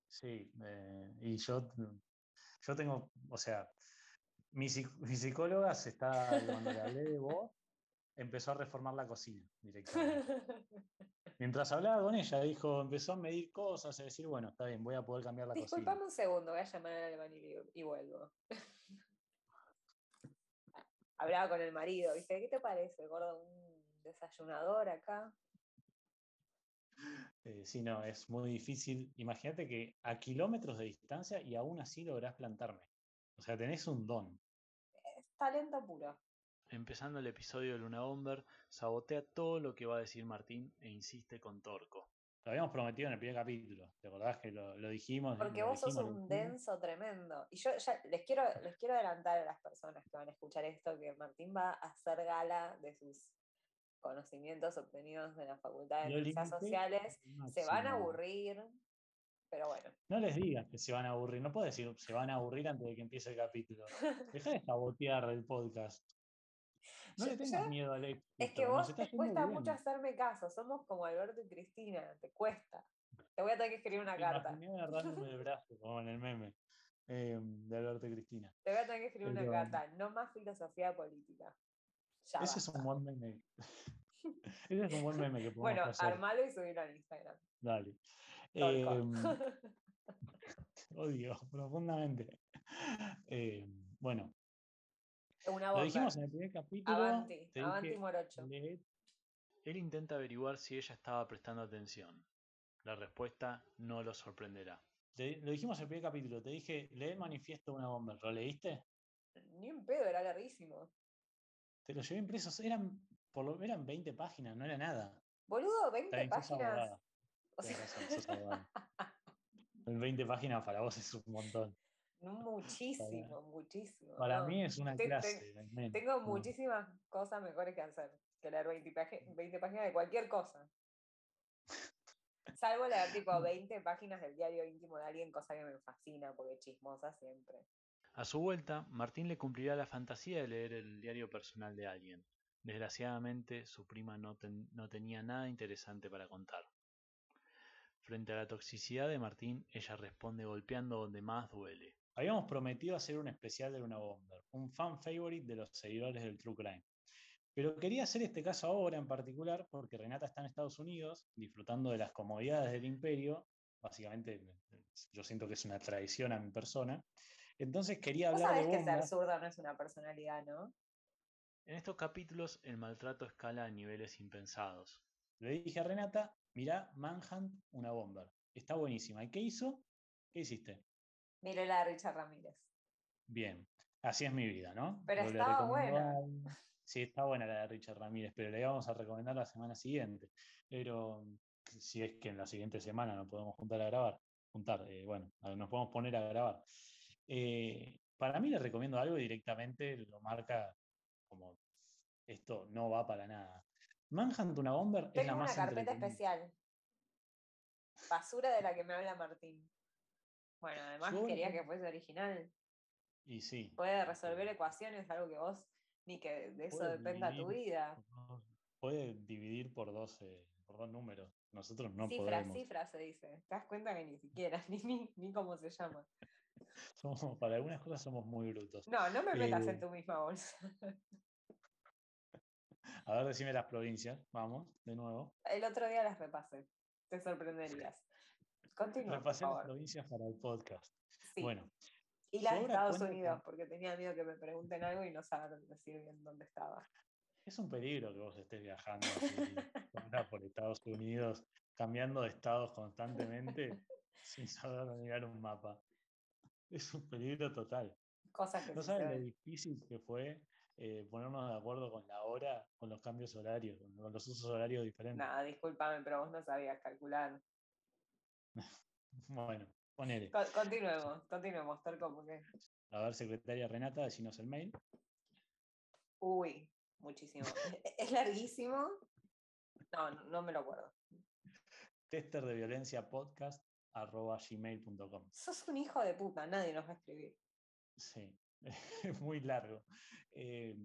Sí, eh, y yo, yo tengo, o sea, mi, psic- mi psicóloga se está, cuando le hablé de vos, empezó a reformar la cocina directamente. Mientras hablaba con ella, dijo, empezó a medir cosas, a decir, bueno, está bien, voy a poder cambiar la
Disculpame
cocina.
un segundo, voy a llamar al albañil y, y vuelvo. Hablaba con el marido, ¿viste? ¿Qué te parece, gordo? Un desayunador acá.
Eh, sí, no, es muy difícil. Imagínate que a kilómetros de distancia y aún así lográs plantarme. O sea, tenés un don.
Es talento puro.
Empezando el episodio de Luna Bomber, sabotea todo lo que va a decir Martín e insiste con Torco. Lo habíamos prometido en el primer capítulo. ¿Te acordás que lo, lo dijimos?
Porque
lo
vos sos
dijimos, lo
un
dijimos?
denso tremendo. Y yo ya les quiero, les quiero adelantar a las personas que van a escuchar esto que Martín va a hacer gala de sus conocimientos obtenidos en la Facultad de
Lo
Ciencias
limité
Sociales.
al
Se van a
máximo.
aburrir, pero bueno.
No les digas que se van a aburrir. No puedes decir se van a aburrir antes de que empiece el capítulo. Deja de sabotear el podcast. No
Yo-
le tengas
yo-
miedo al éxito.
Es que
nos
vos
está
te
yendo
cuesta
bien.
mucho hacerme caso. Somos como Alberto y Cristina, te cuesta. Te voy a tener que escribir una
Me
carta.
imaginé agarrándome el brazo, como en el meme eh, de Alberto y Cristina.
Te voy a tener que escribir una
Pero-
carta. No más filosofía política. Ya
Ese es
basta.
un buen meme. Ese es un buen meme que podemos
Bueno,
hacer.
armalo y subirlo al Instagram.
Dale.
Tolco.
Em, odio profundamente. Em, bueno,
una
lo
bomba.
dijimos en el primer capítulo.
Avanti,
te
Avanti
dije,
Morocho.
"Lee".
Él intenta averiguar si ella estaba prestando atención. La respuesta no lo sorprenderá.
Te- lo dijimos en el primer capítulo. Te dije, lee el manifiesto de una bomba. ¿Lo leíste?
Ni un pedo, era larguísimo.
Te lo llevé impreso. Eran, por lo, eran 20 páginas, no era nada.
Boludo, 20
Está bien, sos
páginas.
abogada,
O
tenés
sea,
razón, sos abogada. El 20 páginas para vos es un montón.
no, muchísimo, muchísimo.
Para
no.
mí es una
Te- te-
clase. al menos,
Tengo
como-
muchísimas cosas mejores que hacer que leer 20, page- 20 páginas de cualquier cosa. Salvo leer tipo 20 páginas del diario íntimo de alguien, cosa que me fascina porque chismosa siempre.
A su vuelta, Martín le cumplirá la fantasía de leer el diario personal de alguien. Desgraciadamente, su prima no, ten- no tenía nada interesante para contar. Frente a la toxicidad de Martín, ella responde golpeando donde más duele.
Habíamos prometido hacer un especial de Luna Bomber, un fan favorite de los seguidores del True Crime. Pero quería hacer este caso ahora en particular porque Renata está en Estados Unidos disfrutando de las comodidades del imperio. Básicamente, yo siento que es una traición a mi persona. Entonces quería
Vos
hablar de
sabés que ser
bombas.
zurdo no es una personalidad, ¿no?
En estos capítulos, el maltrato escala a niveles impensados.
Le dije a Renata, mirá, Manhunt, una bomber. Está buenísima. ¿Y qué hizo? ¿Qué hiciste?
Miré la de Richard Ramírez.
Bien. Así es mi vida, ¿no?
Pero
Doble
estaba buena.
recomendada. Sí, está buena la de Richard Ramírez, pero la íbamos a recomendar la semana siguiente. Pero si es que en la siguiente semana nos podemos juntar a grabar, juntar, eh, bueno, a- nos podemos poner a grabar. Eh, para mí le recomiendo algo y directamente, lo marca como esto no va para nada. Manhunt una bomber es la
Tengo una
más
carpeta
entretenida.
especial. Basura de la que me habla Martín. Bueno, además
Yo-
quería que fuese original.
Y sí.
Puede
porque-
resolver ecuaciones, algo que vos ni que de eso
Puede
dependa tu
dividir
vida.
por dos- Puede dividir por dos, eh, por dos números. Nosotros no
Cifras,
podemos.
cifras se dice. Te das cuenta que ni siquiera, ni, ni, ni cómo se llama.
Somos- para algunas cosas somos muy brutos.
No, no me metas
Eh,
en tu misma bolsa.
A ver, decime las provincias. Vamos, de nuevo.
El otro día las repasé. Te sorprenderías. Continúa, por
Repasé las
favor.
provincias para el podcast.
Sí.
Bueno,
y las de
sobra
Estados
cuenta
Unidos,
con-
porque tenía miedo que me pregunten algo y no saber decir bien dónde estaba.
es un peligro que vos estés viajando así, ahora por Estados Unidos, cambiando de estados constantemente sin saber mirar un mapa. Es un peligro total.
Cosas que
No saben lo
suceden.
difícil que fue eh, ponernos de acuerdo con la hora, con los cambios horarios, con con los usos horarios diferentes.
Nada, discúlpame, pero vos no sabías calcular.
Bueno, ponele.
Con- continuemos, continuemos, Torco, porque.
A ver, secretaria Renata, decinos el mail.
Uy, muchísimo. ¿Es- ¿Es larguísimo? No, no, no me lo acuerdo.
Tester de violencia podcast arroba gmail.com.
Sos un hijo de puta, nadie nos va a escribir.
Sí, es muy largo. Eh,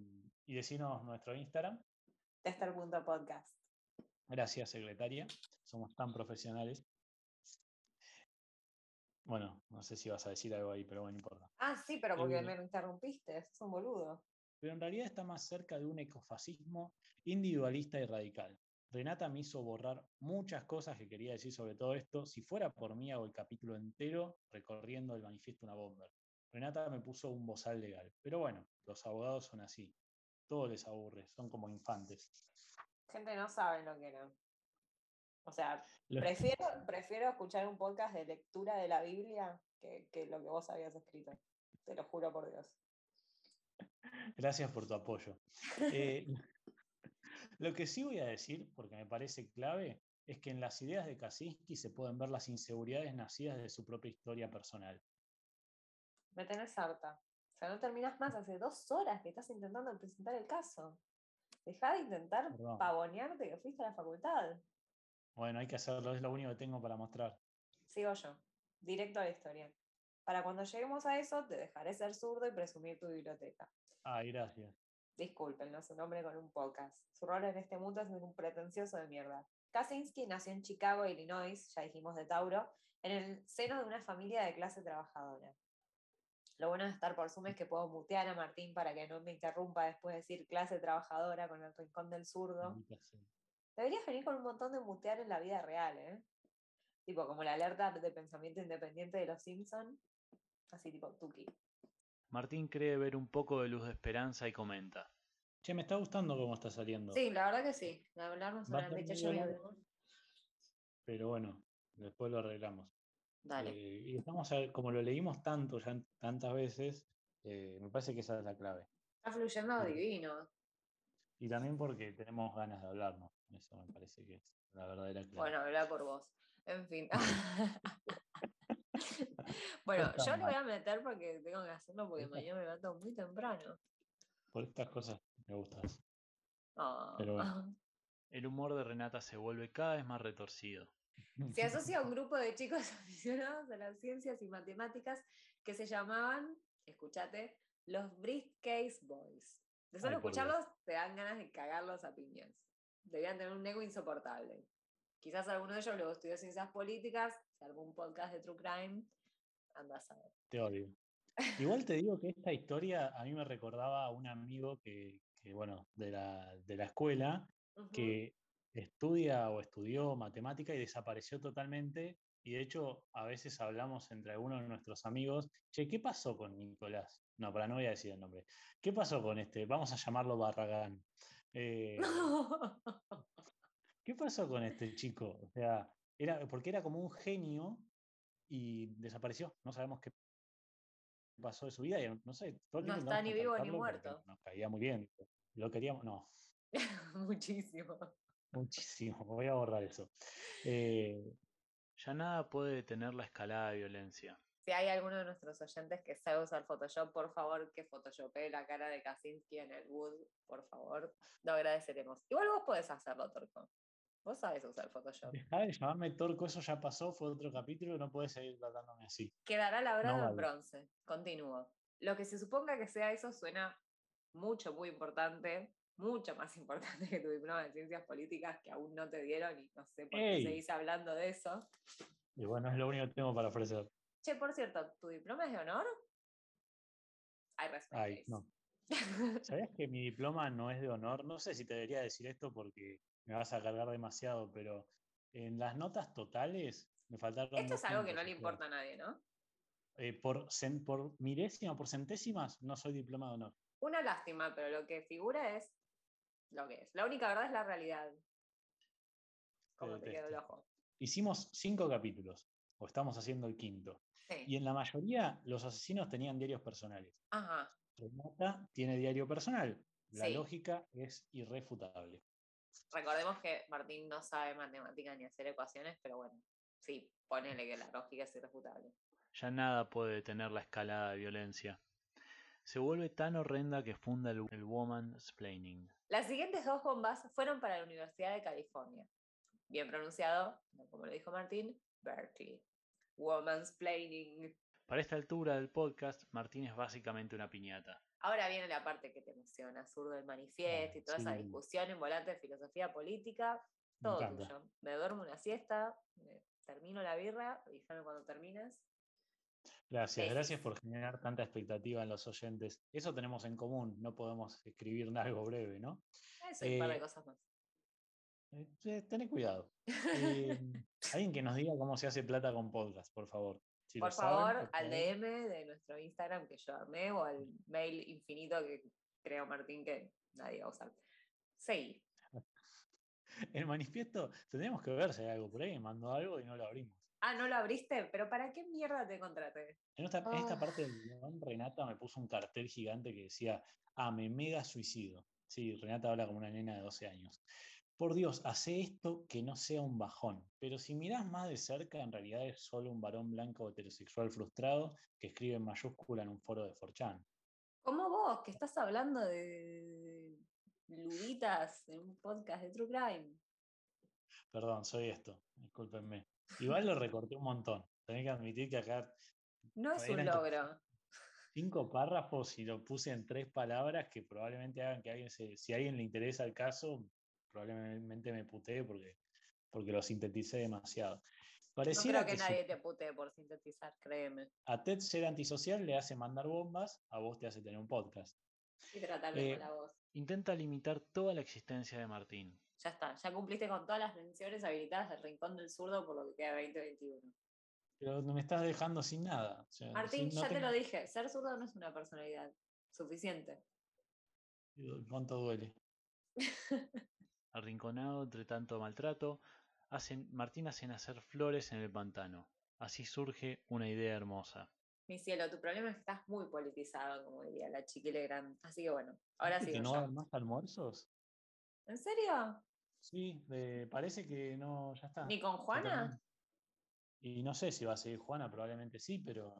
y decinos nuestro Instagram.
Tester.podcast.
Gracias, secretaria. Somos tan profesionales. Bueno, no sé si vas a decir algo ahí, pero bueno, no importa.
Ah, sí, pero porque
Eh,
me lo interrumpiste, sos un boludo.
pero en realidad está más cerca de un ecofascismo individualista y radical. Renata me hizo borrar muchas cosas que quería decir sobre todo esto. Si fuera por mí, hago el capítulo entero recorriendo el manifiesto Una Bomber. Renata me puso un bozal legal. Pero bueno, los abogados son así. Todo les aburre, son como infantes.
Gente no sabe lo que era. O sea,
Lo-
prefiero, prefiero escuchar un podcast de lectura de la Biblia que, que lo que vos habías escrito. Te lo juro por Dios.
Gracias por tu apoyo. Eh, lo que sí voy a decir, porque me parece clave, es que en las ideas de Kaczynski se pueden ver las inseguridades nacidas de su propia historia personal.
Me tenés harta. O sea, no terminás más hace dos horas que estás intentando presentar el caso. Dejá de intentar
Perdón.
pavonearte que fuiste a la facultad.
Bueno, hay que hacerlo, es lo único que tengo para mostrar.
Sigo yo, directo a la historia. Para cuando lleguemos a eso, te dejaré ser zurdo y presumir tu biblioteca.
Ay, gracias.
Disculpen, no es un hombre con un podcast. Su rol en este mundo es de un pretencioso de mierda. Kaczynski nació en Chicago, Illinois, ya dijimos de Tauro, en el seno de una familia de clase trabajadora. Lo bueno de estar por Zoom es que puedo mutear a Martín para que no me interrumpa después de decir clase trabajadora con el rincón del zurdo.
Maldita sea.
Deberías venir con un montón de mutear en la vida real, ¿eh? Tipo, como la alerta de pensamiento independiente de los Simpson. Así tipo, tuki.
Martín cree ver un poco de luz de esperanza y comenta.
Che, me está gustando cómo está saliendo.
Sí, la verdad que sí. De hablar no
Va
sobre el
perdido largo, Pero bueno, después lo arreglamos.
Dale.
Eh, y estamos, a- como lo leímos tanto, ya en- tantas veces, eh, me parece que esa es la clave.
Está fluyendo divino.
Y también porque tenemos ganas de hablarnos. Eso me parece que es la verdadera clave.
Bueno, habla por vos. En fin. bueno,
Está
yo lo voy a
mal.
meter porque tengo que hacerlo porque
Está-
mañana me levanto muy temprano.
Por estas cosas me gustas.
Ah.
Pero
El humor de Renata se vuelve cada vez más retorcido.
Se asocia a un grupo de chicos aficionados a las ciencias y matemáticas que se llamaban, escúchate, los Briefcase Boys. De solo
Ay, por Dios.
escucharlos te dan ganas de cagarlos a piñas. Debían tener un ego insoportable. Quizás alguno de ellos luego estudió ciencias políticas, se armó un podcast de True Crime, anda a saber.
Te odio. Igual te digo que esta historia a mí me recordaba a un amigo que, que, bueno, de la, de la escuela,
Ujú.
que estudia o estudió matemática y desapareció totalmente. Y de hecho, a veces hablamos entre algunos de nuestros amigos, che, ¿qué pasó con Nicolás? No, para no voy a decir el nombre. ¿Qué pasó con este? Vamos a llamarlo Barragán. Eh, ¿Qué pasó con este chico? O sea, era, porque era como un genio y desapareció. No sabemos qué pasó de su vida. y no sé, todo el
No
tiempo
está
intentamos
ni vivo ni
contactarlo porque
muerto.
Nos caía muy bien. Lo queríamos, no,
Muchísimo.
muchísimo. Voy a borrar eso. Eh,
Ya nada puede detener la escalada de violencia.
Si hay alguno de nuestros oyentes que sabe usar Photoshop, por favor, que photoshopee la cara de Kaczynski en el Wood, por favor. Lo agradeceremos. Igual vos podés hacerlo, Torco. Vos sabés usar Photoshop.
dejá de llamarme Torco, eso ya pasó, fue otro capítulo, no puedes seguir tratándome así.
Quedará labrado
No
en
vale.
bronce. Continúo. Lo que se suponga que sea eso suena mucho, muy importante, mucho más importante que tu diploma de ciencias políticas que aún no te dieron y no sé por
Ey.
qué seguís hablando de eso.
Y bueno, es lo único que tengo para ofrecer.
Che, por cierto, ¿tu diploma es de honor? Hay respeto.
Ay, no. ¿Sabías que mi diploma no es de honor? No sé si te debería decir esto porque me vas a cargar demasiado, pero en las notas totales me faltaron.
Esto es
dos
algo que
puntos,
no
o
le
sea,
importa a nadie, ¿no?
eh, por, cen- por milésima, por centésimas, no soy diploma de honor.
Una lástima, pero lo que figura es lo que es. La única verdad es la realidad. Como te quedó el
detesto.
ojo.
Hicimos cinco capítulos, o estamos haciendo el quinto.
Sí.
Y en la mayoría, los asesinos tenían diarios personales.
Ajá.
Renata tiene diario personal. La
Sí.
lógica es irrefutable.
Recordemos que Martín no sabe matemática ni hacer ecuaciones, pero bueno, sí, ponele que la lógica es irrefutable.
Ya nada puede detener la escalada de violencia. Se vuelve tan horrenda que funda el, el Woman's Planning.
Las siguientes dos bombas fueron para la Universidad de California. Bien pronunciado, no como lo dijo Martín, Berkeley. Woman's Planning.
Para esta altura del podcast, Martín es básicamente una piñata.
Ahora viene la parte que te emociona, zurdo del manifiesto y toda esa
sí.
discusión en volante de filosofía política,
Me
Todo
encanta.
tuyo. Me duermo una siesta, me termino la birra, avísame cuando termines.
Gracias,
Es-
gracias por generar tanta expectativa en los oyentes. Eso tenemos en común, no podemos escribir algo breve, ¿no?
Eso y un par de
Eh,
cosas más.
Eh, eh, Tené cuidado. Eh, alguien que nos diga cómo se hace plata con podcast, por favor. Si lo
por
saben,
favor,
por
al
favor.
DM de nuestro Instagram que yo armé o al mail infinito que creo Martín que nadie va a usar. Sí,
El manifiesto, tendríamos que ver si hay algo por ahí, mandó algo y no lo abrimos.
Ah, no lo abriste, pero ¿para qué mierda te contraté?
En esta, en esta
Ah.
parte del guión, Renata me puso un cartel gigante que decía, ah, me mega suicido. Sí, Renata habla como una nena de 12 años. por Dios, hace esto que no sea un bajón. Pero si mirás más de cerca, en realidad es solo un varón blanco heterosexual frustrado que escribe en mayúscula en un foro de 4chan.
Como vos, que estás hablando de luditas en un podcast de True Crime.
Perdón, soy esto, discúlpenme. Igual lo recorté un montón. Tenés que admitir que acá
No es un
Eran como-
logro.
cinco párrafos y lo puse en tres palabras que probablemente hagan que alguien se, si a alguien le interesa el caso, probablemente me putee porque, porque lo sinteticé demasiado.
No
Pareciera
creo que,
que su-
nadie te putee por sintetizar, créeme.
a Ted ser antisocial le hace mandar bombas, a vos te hace tener un podcast.
Y
Eh,
tratarme con la voz.
Intenta limitar toda la existencia de Martín.
Ya está, ya cumpliste con todas las menciones habilitadas del Rincón del Zurdo por lo que queda 2021.
Pero no me estás dejando sin nada. o sea,
Martín,
sin- no
ya te
tengo-
lo dije, ser zurdo no es una personalidad suficiente.
¿Cuánto duele?
Arrinconado entre tanto maltrato, hacen, Martín hace nacer flores en el pantano. Así surge una idea hermosa.
Mi cielo, tu problema es que estás muy politizado, como diría la chiquile gran. Así que bueno, ahora
¿Viste
sí.
¿Que no Ah, hagan más almuerzos?
¿En serio?
Sí, de- parece que no, ya está.
¿Ni con Juana?
Totalmente. Y no sé si va a seguir Juana, probablemente sí, pero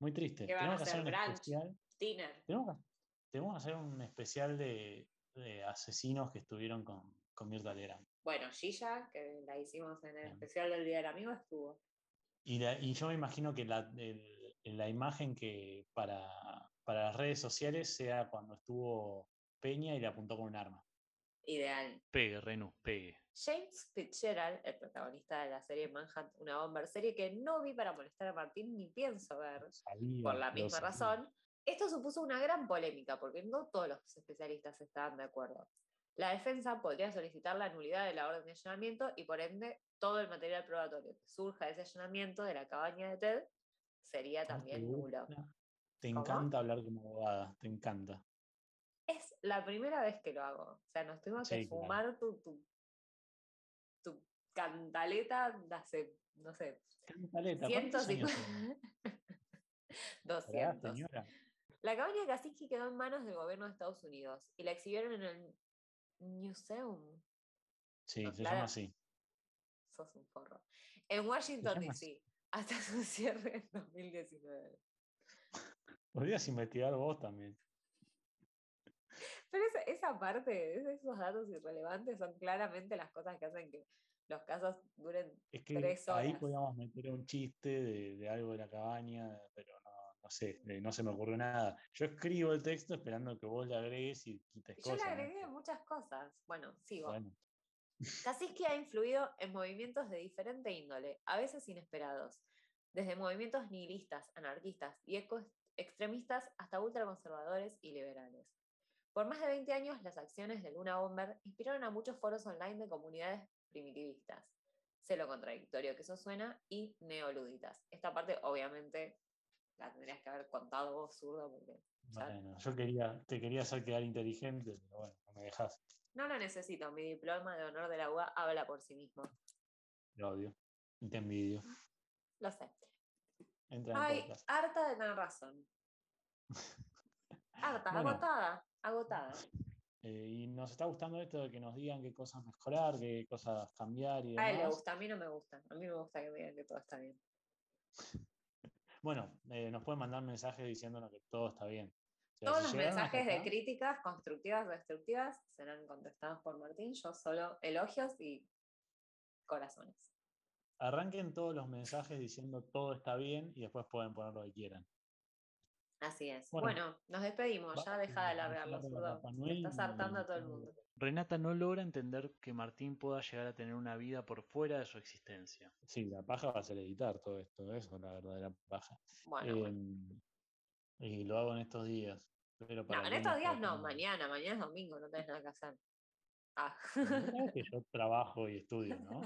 muy triste.
¿Qué van a
Tenemos que
hacer,
hacer un
brunch?
especial.
Tiner.
Tenemos que, tenemos que hacer un especial de, de asesinos que estuvieron con, con Mirta Legrand.
Bueno, Gilla, que la hicimos en el
Bien.
especial del Día del Amigo, estuvo.
Y, la- y yo me imagino que la, el- la imagen que para, para las redes sociales sea cuando estuvo Peña y le apuntó con un arma.
Ideal.
Pegue, Renus, pegue.
James Fitzgerald, el protagonista de la serie Manhunt, una bomber serie que no vi para molestar a Martín ni pienso ver,
Salía,
por la
lo
misma
salía.
razón, esto supuso una gran polémica porque no todos los especialistas estaban de acuerdo. La defensa podría solicitar la nulidad de la orden de allanamiento y por ende todo el material probatorio que surja de ese allanamiento de la cabaña de Ted sería
¿Cómo te
también nulo.
gusta? Ah, Te
¿Cómo?
encanta hablar como abogada, te encanta.
Es la primera vez que lo hago. O sea, nos tuvimos que
Sí, claro.
fumar tu, tu, tu cantaleta de hace, no sé,
Cantaleta, ¿cuántos
cientos y
años
cu-
tenés?
200.
Pará, señora.
La cabaña de Kaczynski quedó en manos del gobierno de Estados Unidos y la exhibieron en el Museum.
Sí,
No,
se
claro.
llama así.
Sos un forro. En Washington,
llama
D.C. Hasta su cierre en 2019.
Podrías investigar vos también.
Pero esa, esa parte, es- esos datos irrelevantes son claramente las cosas que hacen que los casos duren.
Es que
Tres
ahí
horas.
podíamos meter un chiste de, de algo de la cabaña, pero no, no sé, eh, no se me ocurrió nada. Yo escribo el texto esperando que vos le agregues y quites
Y yo
cosas.
le
¿no?
agregué muchas cosas. Bueno, sigo.
Bueno,
Kaczynski ha influido en movimientos de diferente índole, a veces inesperados, desde movimientos nihilistas, anarquistas y eco- extremistas hasta ultraconservadores y liberales. Por más de 20 años, las acciones de Luna Bomber inspiraron a muchos foros online de comunidades primitivistas. Sé lo contradictorio que eso suena, y neoluditas. Esta parte, obviamente, la tendrías que haber contado vos, zurdo, porque Ya.
bueno, yo quería, te quería hacer quedar inteligente, pero bueno, no me dejas.
no lo necesito. Mi diploma de honor de la UBA habla por sí mismo.
Te odio. Y te envidio.
Lo sé.
Entra en
Ay,
podcast.
harta de tener razón. Harta,
Bueno.
agotada, agotada.
Eh, y nos está gustando esto de que nos digan qué cosas mejorar, qué cosas cambiar y
A él le
demás.
gusta, a mí no me gusta. A mí me gusta que me digan que todo está bien.
Bueno, eh, nos pueden mandar mensajes diciéndonos que todo está bien. O sea,
Todos
si
los
llegaron hasta
mensajes de
acá,
críticas, constructivas o destructivas, serán contestados por Martín. Yo solo elogios y corazones.
Arranquen todos los mensajes diciendo todo está bien y después pueden poner lo que quieran.
Así es.
Bueno.
Bueno, nos despedimos.
Va-
ya deja de alargarlo,
Papá
zurdo.
Noel
Estás hartando a todo el
y-
mundo.
Renata no logra entender que Martín pueda llegar a tener una vida por fuera de su existencia.
Sí, la paja va a ser editar todo esto, eso es la verdadera paja.
Bueno, bueno.
Em, y lo hago en estos días. Pero para
No, en
que
estos
nos
días no,
propongan.
mañana, mañana es domingo, no tenés nada que hacer. Ah.
Sabés que yo trabajo y estudio, ¿no?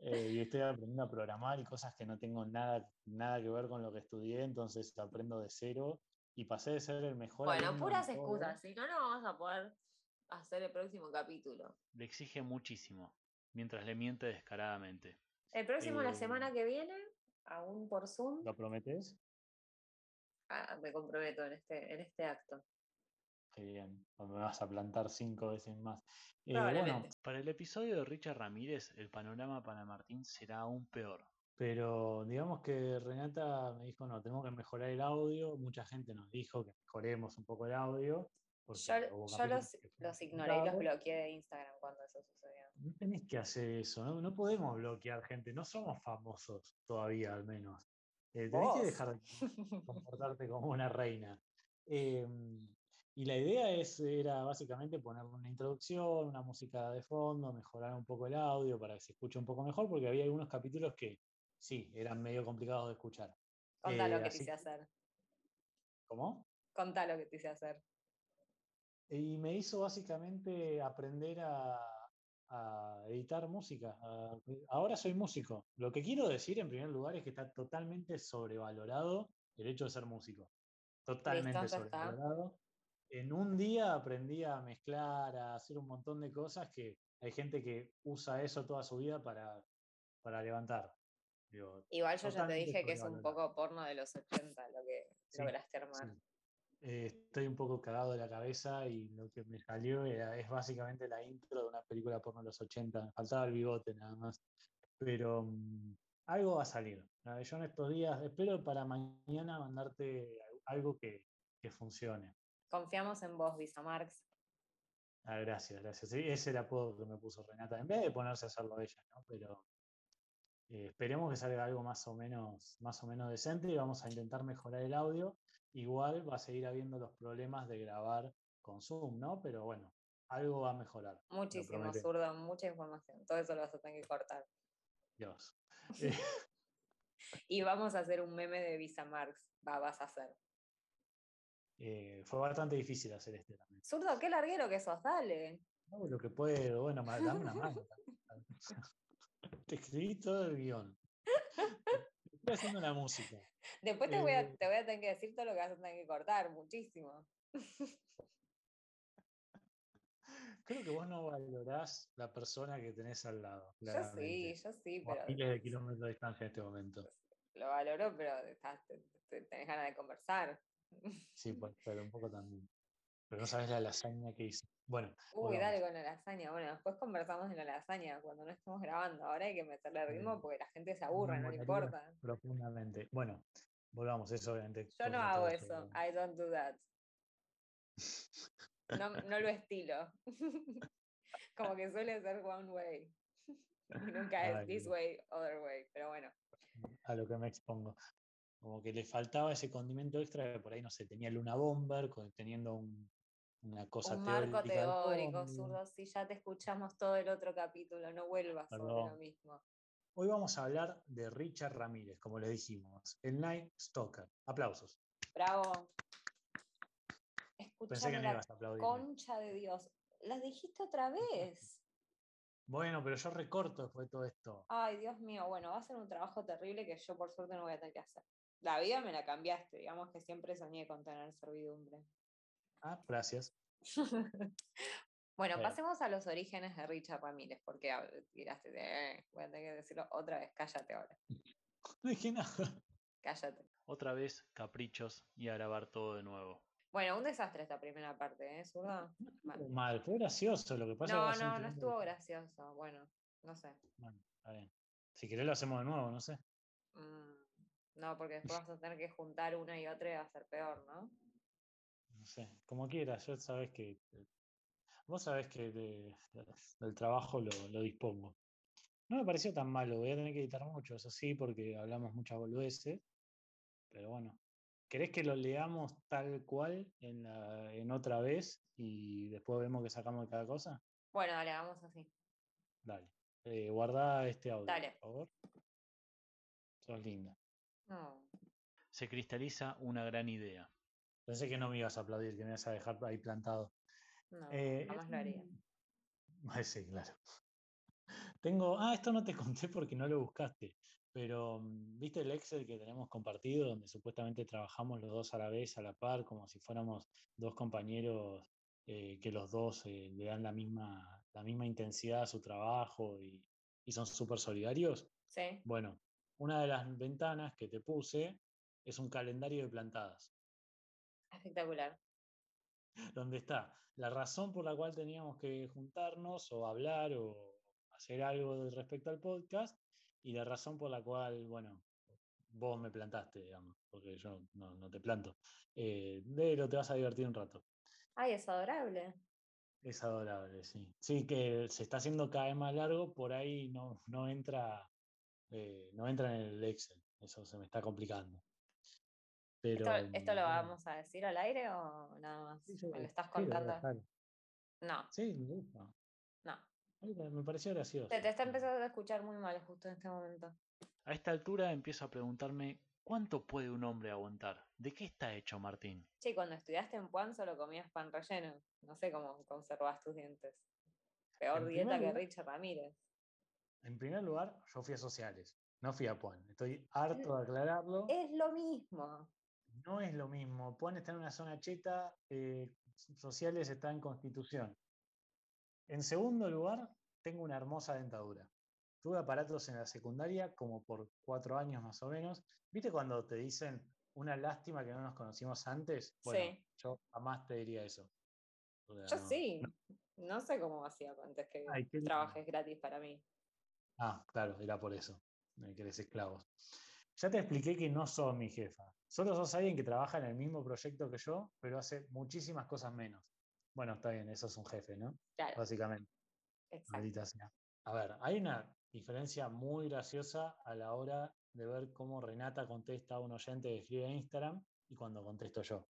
Eh, y estoy aprendiendo a programar y cosas que no tengo nada, nada que ver con lo que estudié, entonces aprendo de cero y pasé de ser el mejor.
Bueno,
alumno en
puras
todo.
excusas, si no, no vamos a poder hacer el próximo capítulo.
Le exige muchísimo, mientras le miente descaradamente.
El próximo, la
Eh,
semana que viene, aún por Zoom,
¿Lo prometes?
ah, me comprometo en este, en este acto.
Qué bien, o eh, me vas a plantar cinco veces más. Eh, bueno,
Probablemente.
Para el episodio de Richard Ramírez, el panorama para Martín será aún peor.
pero digamos que Renata me dijo, no, tenemos que mejorar el audio. Mucha gente nos dijo que mejoremos un poco el audio. porque
Yo,
hubo
yo
capítulos
los,
que fueron
los ignoré y los
editados.
bloqueé de Instagram cuando eso sucedió.
No tenés que hacer eso, no, no podemos bloquear gente, no somos famosos todavía al menos. Eh, tenés
Vos.
que dejar de comportarte como una reina. Eh, y la idea es, era básicamente poner una introducción, una música de fondo, mejorar un poco el audio para que se escuche un poco mejor, porque había algunos capítulos que sí, eran medio complicados de escuchar.
Contá
Eh,
lo que te
así-
hice hacer.
¿Cómo?
Contá lo que te hice hacer.
Y me hizo básicamente aprender a, a editar música. a- ahora soy músico. Lo que quiero decir en primer lugar es que está totalmente sobrevalorado el hecho de ser músico. Totalmente
ya está.
sobrevalorado. En un día aprendí a mezclar, a hacer un montón de cosas que hay gente que usa eso toda su vida para, para levantar. Digo,
Igual yo ya te
Totalmente
dije que es un
sobrevalorado.
poco porno de los 80 lo que
Sí,
lograste
Sí.
armar.
Eh, estoy un poco cagado de la cabeza y lo que me salió era- es básicamente la intro de una película porno de los 80. Me faltaba el bigote nada más. Pero mm, algo va a salir. A ver, Yo en estos días espero para mañana mandarte algo que, que funcione.
Confiamos en vos, Visa Marx.
Ah, gracias, gracias. Sí, ese era el apodo que me puso Renata, en vez de ponerse a hacerlo ella, ¿no? Pero eh, esperemos que salga algo más o menos, más o menos decente y vamos a intentar mejorar el audio. Igual va a seguir habiendo los problemas de grabar con Zoom, ¿no? Pero bueno, algo va a mejorar,
Muchísimo,
prometo.
zurdo, mucha información. Todo eso lo vas a tener que cortar.
Dios.
Y vamos a hacer un meme de Visa Marx. Va, vas a hacer.
Eh, fue bastante difícil hacer este también.
Zurdo, qué larguero que sos, dale.
Hago lo que puedo, bueno, ma- dame una mano. Te escribí todo el guión. Estoy haciendo la música.
Después te voy, a,
Eh.
te voy a tener que decir todo lo que vas a tener que cortar, muchísimo.
Creo que vos no valorás la persona que tenés al lado. claramente,
Yo sí, yo sí,
o a
pero
miles de kilómetros de distancia en este momento.
lo valoro, pero estás- te- te- tenés ganas de conversar.
Sí, puede ser, un poco también. Pero no sabes la lasaña que hice. Bueno,
Uy,
Volvamos.
dale con la lasaña. Bueno, después conversamos de la lasaña cuando no estemos grabando. Ahora hay que meterle ritmo
Mm.
porque la gente se aburre, no le
molaría.
importa.
profundamente. Bueno, volvamos, eso obviamente.
Yo
fue
no
una
hago
tarea
eso.
sobre-
I don't do that. No, no lo estilo. Como que suele ser one way. Y nunca es
Ay,
this
Dios.
way, other way. Pero bueno,
A lo que me expongo. Como que le faltaba ese condimento extra que por ahí, no sé, tenía Luna Bomber, con- teniendo un- una cosa
un
teórica.
marco
del
teórico,
fondo.
zurdo. Si ya te escuchamos todo el otro capítulo, no vuelvas sobre lo
Perdón.
mismo.
Hoy vamos a hablar de Richard Ramírez, como les dijimos, el Night Stalker. Aplausos.
Bravo.
Pensé que
Escuchame
no
la
ibas a aplaudir.
concha de Dios. Las dijiste otra vez.
Bueno, pero yo recorto después de todo esto.
Ay, Dios mío, bueno, va a ser un trabajo terrible que yo por suerte no voy a tener que hacer. La vida me la cambiaste, digamos que siempre soñé con tener servidumbre.
Ah, gracias.
bueno,
Bueno.
pasemos a los orígenes de Richard Ramírez, porque ah, tiraste, de- eh, voy a tener que decirlo otra vez, cállate ahora,
No dije nada.
cállate.
Otra vez, caprichos y a grabar todo de nuevo.
Bueno, un desastre esta primera parte, ¿eh, zurdo? Mal.
Mal, fue gracioso. Lo que pasa
No,
es que
no, no
simplemente-
estuvo gracioso, bueno, no sé.
Bueno, está bien. Si querés lo hacemos de nuevo, no sé.
Mm, no, porque después vas a tener que juntar una y otra y va a ser peor, ¿no?
No sé. Como quieras, yo sabes que. Vos sabés que de- del trabajo lo, lo dispongo. No me pareció tan malo, voy a tener que editar mucho, eso sí, porque hablamos muchas boludeces. Pero bueno. ¿Querés que lo leamos tal cual en, la- en otra vez y después vemos que sacamos de cada cosa?
Bueno, dale, vamos así.
Dale. Eh, guardá este audio,
Dale.
por favor. Sos linda.
No.
Se cristaliza una gran idea.
Pensé que no me ibas a aplaudir, que me ibas a dejar ahí plantado.
No,
Eh,
jamás lo haría.
Ah, Sí, claro. Tengo. Ah, esto no te conté porque no lo buscaste. Pero, mm, ¿viste el Excel que tenemos compartido, donde supuestamente trabajamos los dos a la vez, a la par, como si fuéramos dos compañeros eh, que los dos eh, le dan la misma, la misma intensidad a su trabajo y, y son súper solidarios?
Sí.
Bueno, una de las ventanas que te puse es un calendario de plantadas.
Espectacular.
donde está la razón por la cual teníamos que juntarnos o hablar o hacer algo respecto al podcast y la razón por la cual, bueno, vos me plantaste, digamos, porque yo no, no te planto. Eh, pero te vas a divertir un rato.
Ay, es adorable.
Es adorable, sí. Sí, que se está haciendo cada vez más largo, por ahí no, no entra, eh, no entra en el Excel. Eso se me está complicando. Pero,
¿Esto, esto lo
bueno,
vamos a decir al aire o nada más?
sí, yo
¿Me lo estás
quiero
contando?
dejar.
No,
Sí, me gusta.
no.
Ay, Me pareció gracioso.
Se te está empezando a escuchar muy mal justo en este momento.
A esta altura empiezo a preguntarme cuánto puede un hombre aguantar. ¿De qué está hecho Martín?
Che, cuando estudiaste en Puan solo comías pan relleno. No sé cómo conservas tus dientes. Peor
En
dieta
primer
que
lugar-
Richard Ramírez.
En primer lugar, yo fui a sociales, no fui a Puan. Estoy harto de aclararlo.
Es lo mismo.
No es lo mismo. Puan está en una zona cheta, eh, sociales está en Constitución. En segundo lugar, tengo una hermosa dentadura. Tuve aparatos en la secundaria como por cuatro años más o menos. ¿Viste cuando te dicen una lástima que no nos conocimos antes? Bueno,
Sí.
yo jamás te diría eso. O sea,
Yo
no.
sí. No sé cómo hacía antes que
Ay, qué lindo.
trabajes gratis para mí.
Ah, claro, era por eso. eh, Que eres esclavos. Ya te expliqué que no sos mi jefa. Solo sos alguien que trabaja en el mismo proyecto que yo, pero hace muchísimas cosas menos. Bueno, está bien, eso es un jefe, ¿no?
Claro,
Básicamente,
exacto.
maldita sea. A ver, hay una diferencia muy graciosa a la hora de ver cómo Renata contesta a un oyente que escribe en Instagram y cuando contesto yo.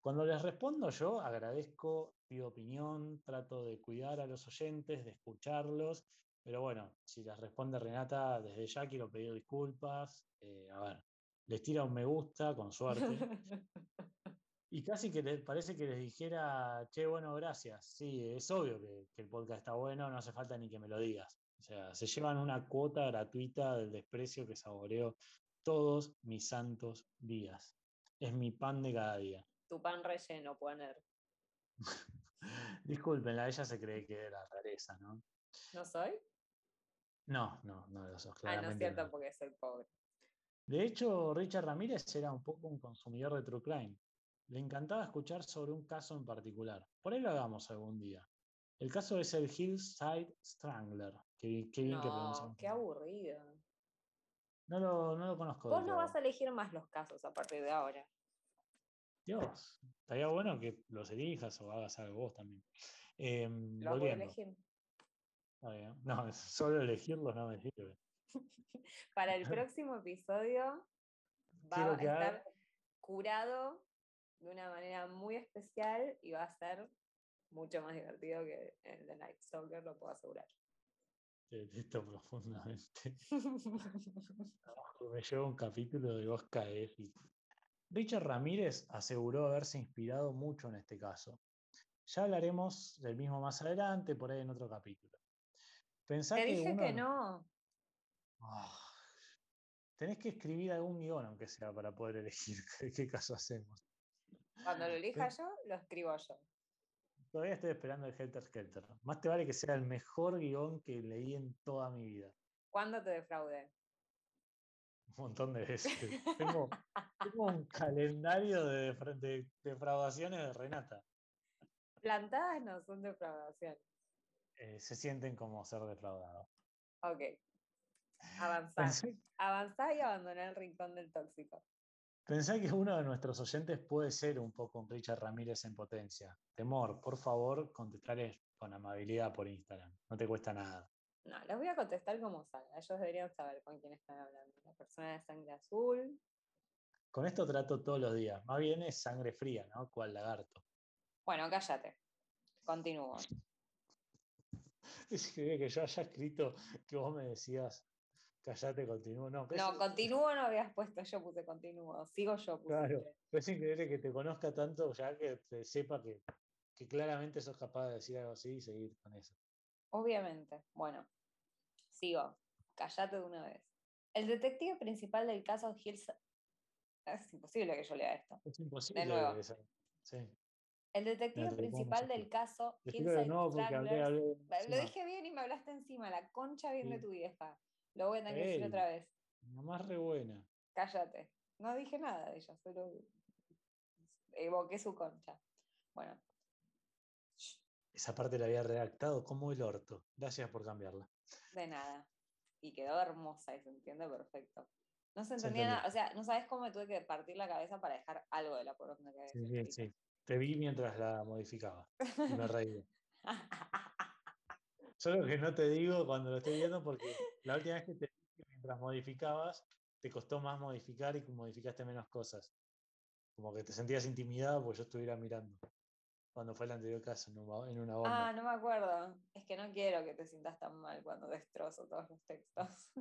Cuando les respondo yo, agradezco, pido opinión, trato de cuidar a los oyentes, de escucharlos pero bueno, si las responde Renata, desde ya quiero pedir disculpas. eh, a ver, les tira un me gusta, con suerte. Y casi que les, parece que les dijera, che, bueno, gracias. Sí, es obvio que, que el podcast está bueno, no hace falta ni que me lo digas. O sea, se llevan una cuota gratuita del desprecio que saboreo todos mis santos días. Es mi pan de cada día.
Tu pan relleno, poner.
Disculpenla, ella se cree que era rareza, ¿no?
¿No soy?
No, no, no lo
Ah,
sos,
no es
claramente
cierto
no.
porque soy pobre.
De hecho, Richard Ramírez era un poco un consumidor de True Crime. Le encantaba escuchar sobre un caso en particular. Por ahí lo hagamos algún día. El caso es el Hillside Strangler. Qué, qué bien que
No,
pronunciamos.
qué aburrido.
No lo, no lo conozco.
Vos
del
no
todo.
vas a elegir más los casos a partir de ahora.
Dios, estaría bueno que los elijas o hagas algo vos también. Em,
Los voy a
volviendo.
elegir.
Está bien. No, solo elegirlos no me sirve.
Para el próximo episodio va
Quiero
a
que haga-
estar curado de una manera muy especial y va a ser mucho más divertido que el de Night Stalker, lo puedo asegurar.
Te detesto profundamente. Me llevo un capítulo de Oscar Efi. Richard Ramírez aseguró haberse inspirado mucho en este caso. Ya hablaremos del mismo más adelante, por ahí en otro capítulo. Pensá
Te
que
dije
uno
que
no-
no.
Ah. tenés que escribir algún guión, aunque sea, para poder elegir qué- qué caso hacemos.
Cuando lo elija yo, lo escribo yo.
Todavía estoy esperando el Helter Skelter. Más te vale que sea el mejor guión que leí en toda mi vida.
¿Cuándo te defraude?
Un montón de veces. Tengo, tengo un calendario de, defra- de defraudaciones de Renata.
Plantadas no son defraudación.
Eh, se sienten como ser defraudados.
Ok. Avanzar.
Pensé,
Avanzar y abandonar el rincón del tóxico.
pensé que uno de nuestros oyentes puede ser un poco un Richard Ramírez en potencia. Temor, por favor, contestarles con amabilidad por Instagram. No te cuesta nada.
No, los voy a contestar como salga. Ellos deberían saber con quién están hablando. La persona de sangre azul,
Con esto trato todos los días. Más bien es sangre fría, ¿no? Cual lagarto.
Bueno, cállate. Continúo.
Es que que yo haya escrito que vos me decías, callate, continúo. No, que
No,
es-
continúo no habías puesto, yo puse continuo. Sigo yo puse.
Claro. Es increíble que te conozca tanto ya que te sepa que, que claramente sos capaz de decir algo así y seguir con eso.
Obviamente. Bueno, sigo. Cállate de una vez. El detective principal del caso Hills. Es imposible que yo lea esto.
Es imposible.
nuevo.
de esa- Sí.
El detective
te lo pongo
principal
nosotros.
del caso
Decilo de
Hillside
nuevo porque hablé,
Stranglers-
hablé
Ba- Lo
encima.
dije bien y me hablaste encima, la concha bien de
Sí.
tu vieja. Lo voy a tener que decir
Ey.
otra vez.
Nomás re buena.
Cállate. No dije nada de ella, solo evoqué su concha. Bueno,
Esa parte la había redactado como el orto. Gracias por cambiarla.
de nada. Y quedó hermosa y se entiende perfecto. No se entendía
entendió.
nada, o sea, no sabes cómo me tuve que partir la cabeza para dejar algo de la poronga que había
Sí, sí,
escrito.
sí. Te vi mientras la modificaba. Y me reí.
Ah,
Solo que no te digo cuando lo estoy viendo porque la última vez que te vi mientras modificabas, te costó más modificar y modificaste menos cosas. Como que te sentías intimidado porque yo estuviera mirando. Cuando fue el anterior caso, en una, en una bomba.
Ah, no me acuerdo. Es que no quiero que te sientas tan mal cuando destrozo todos los textos.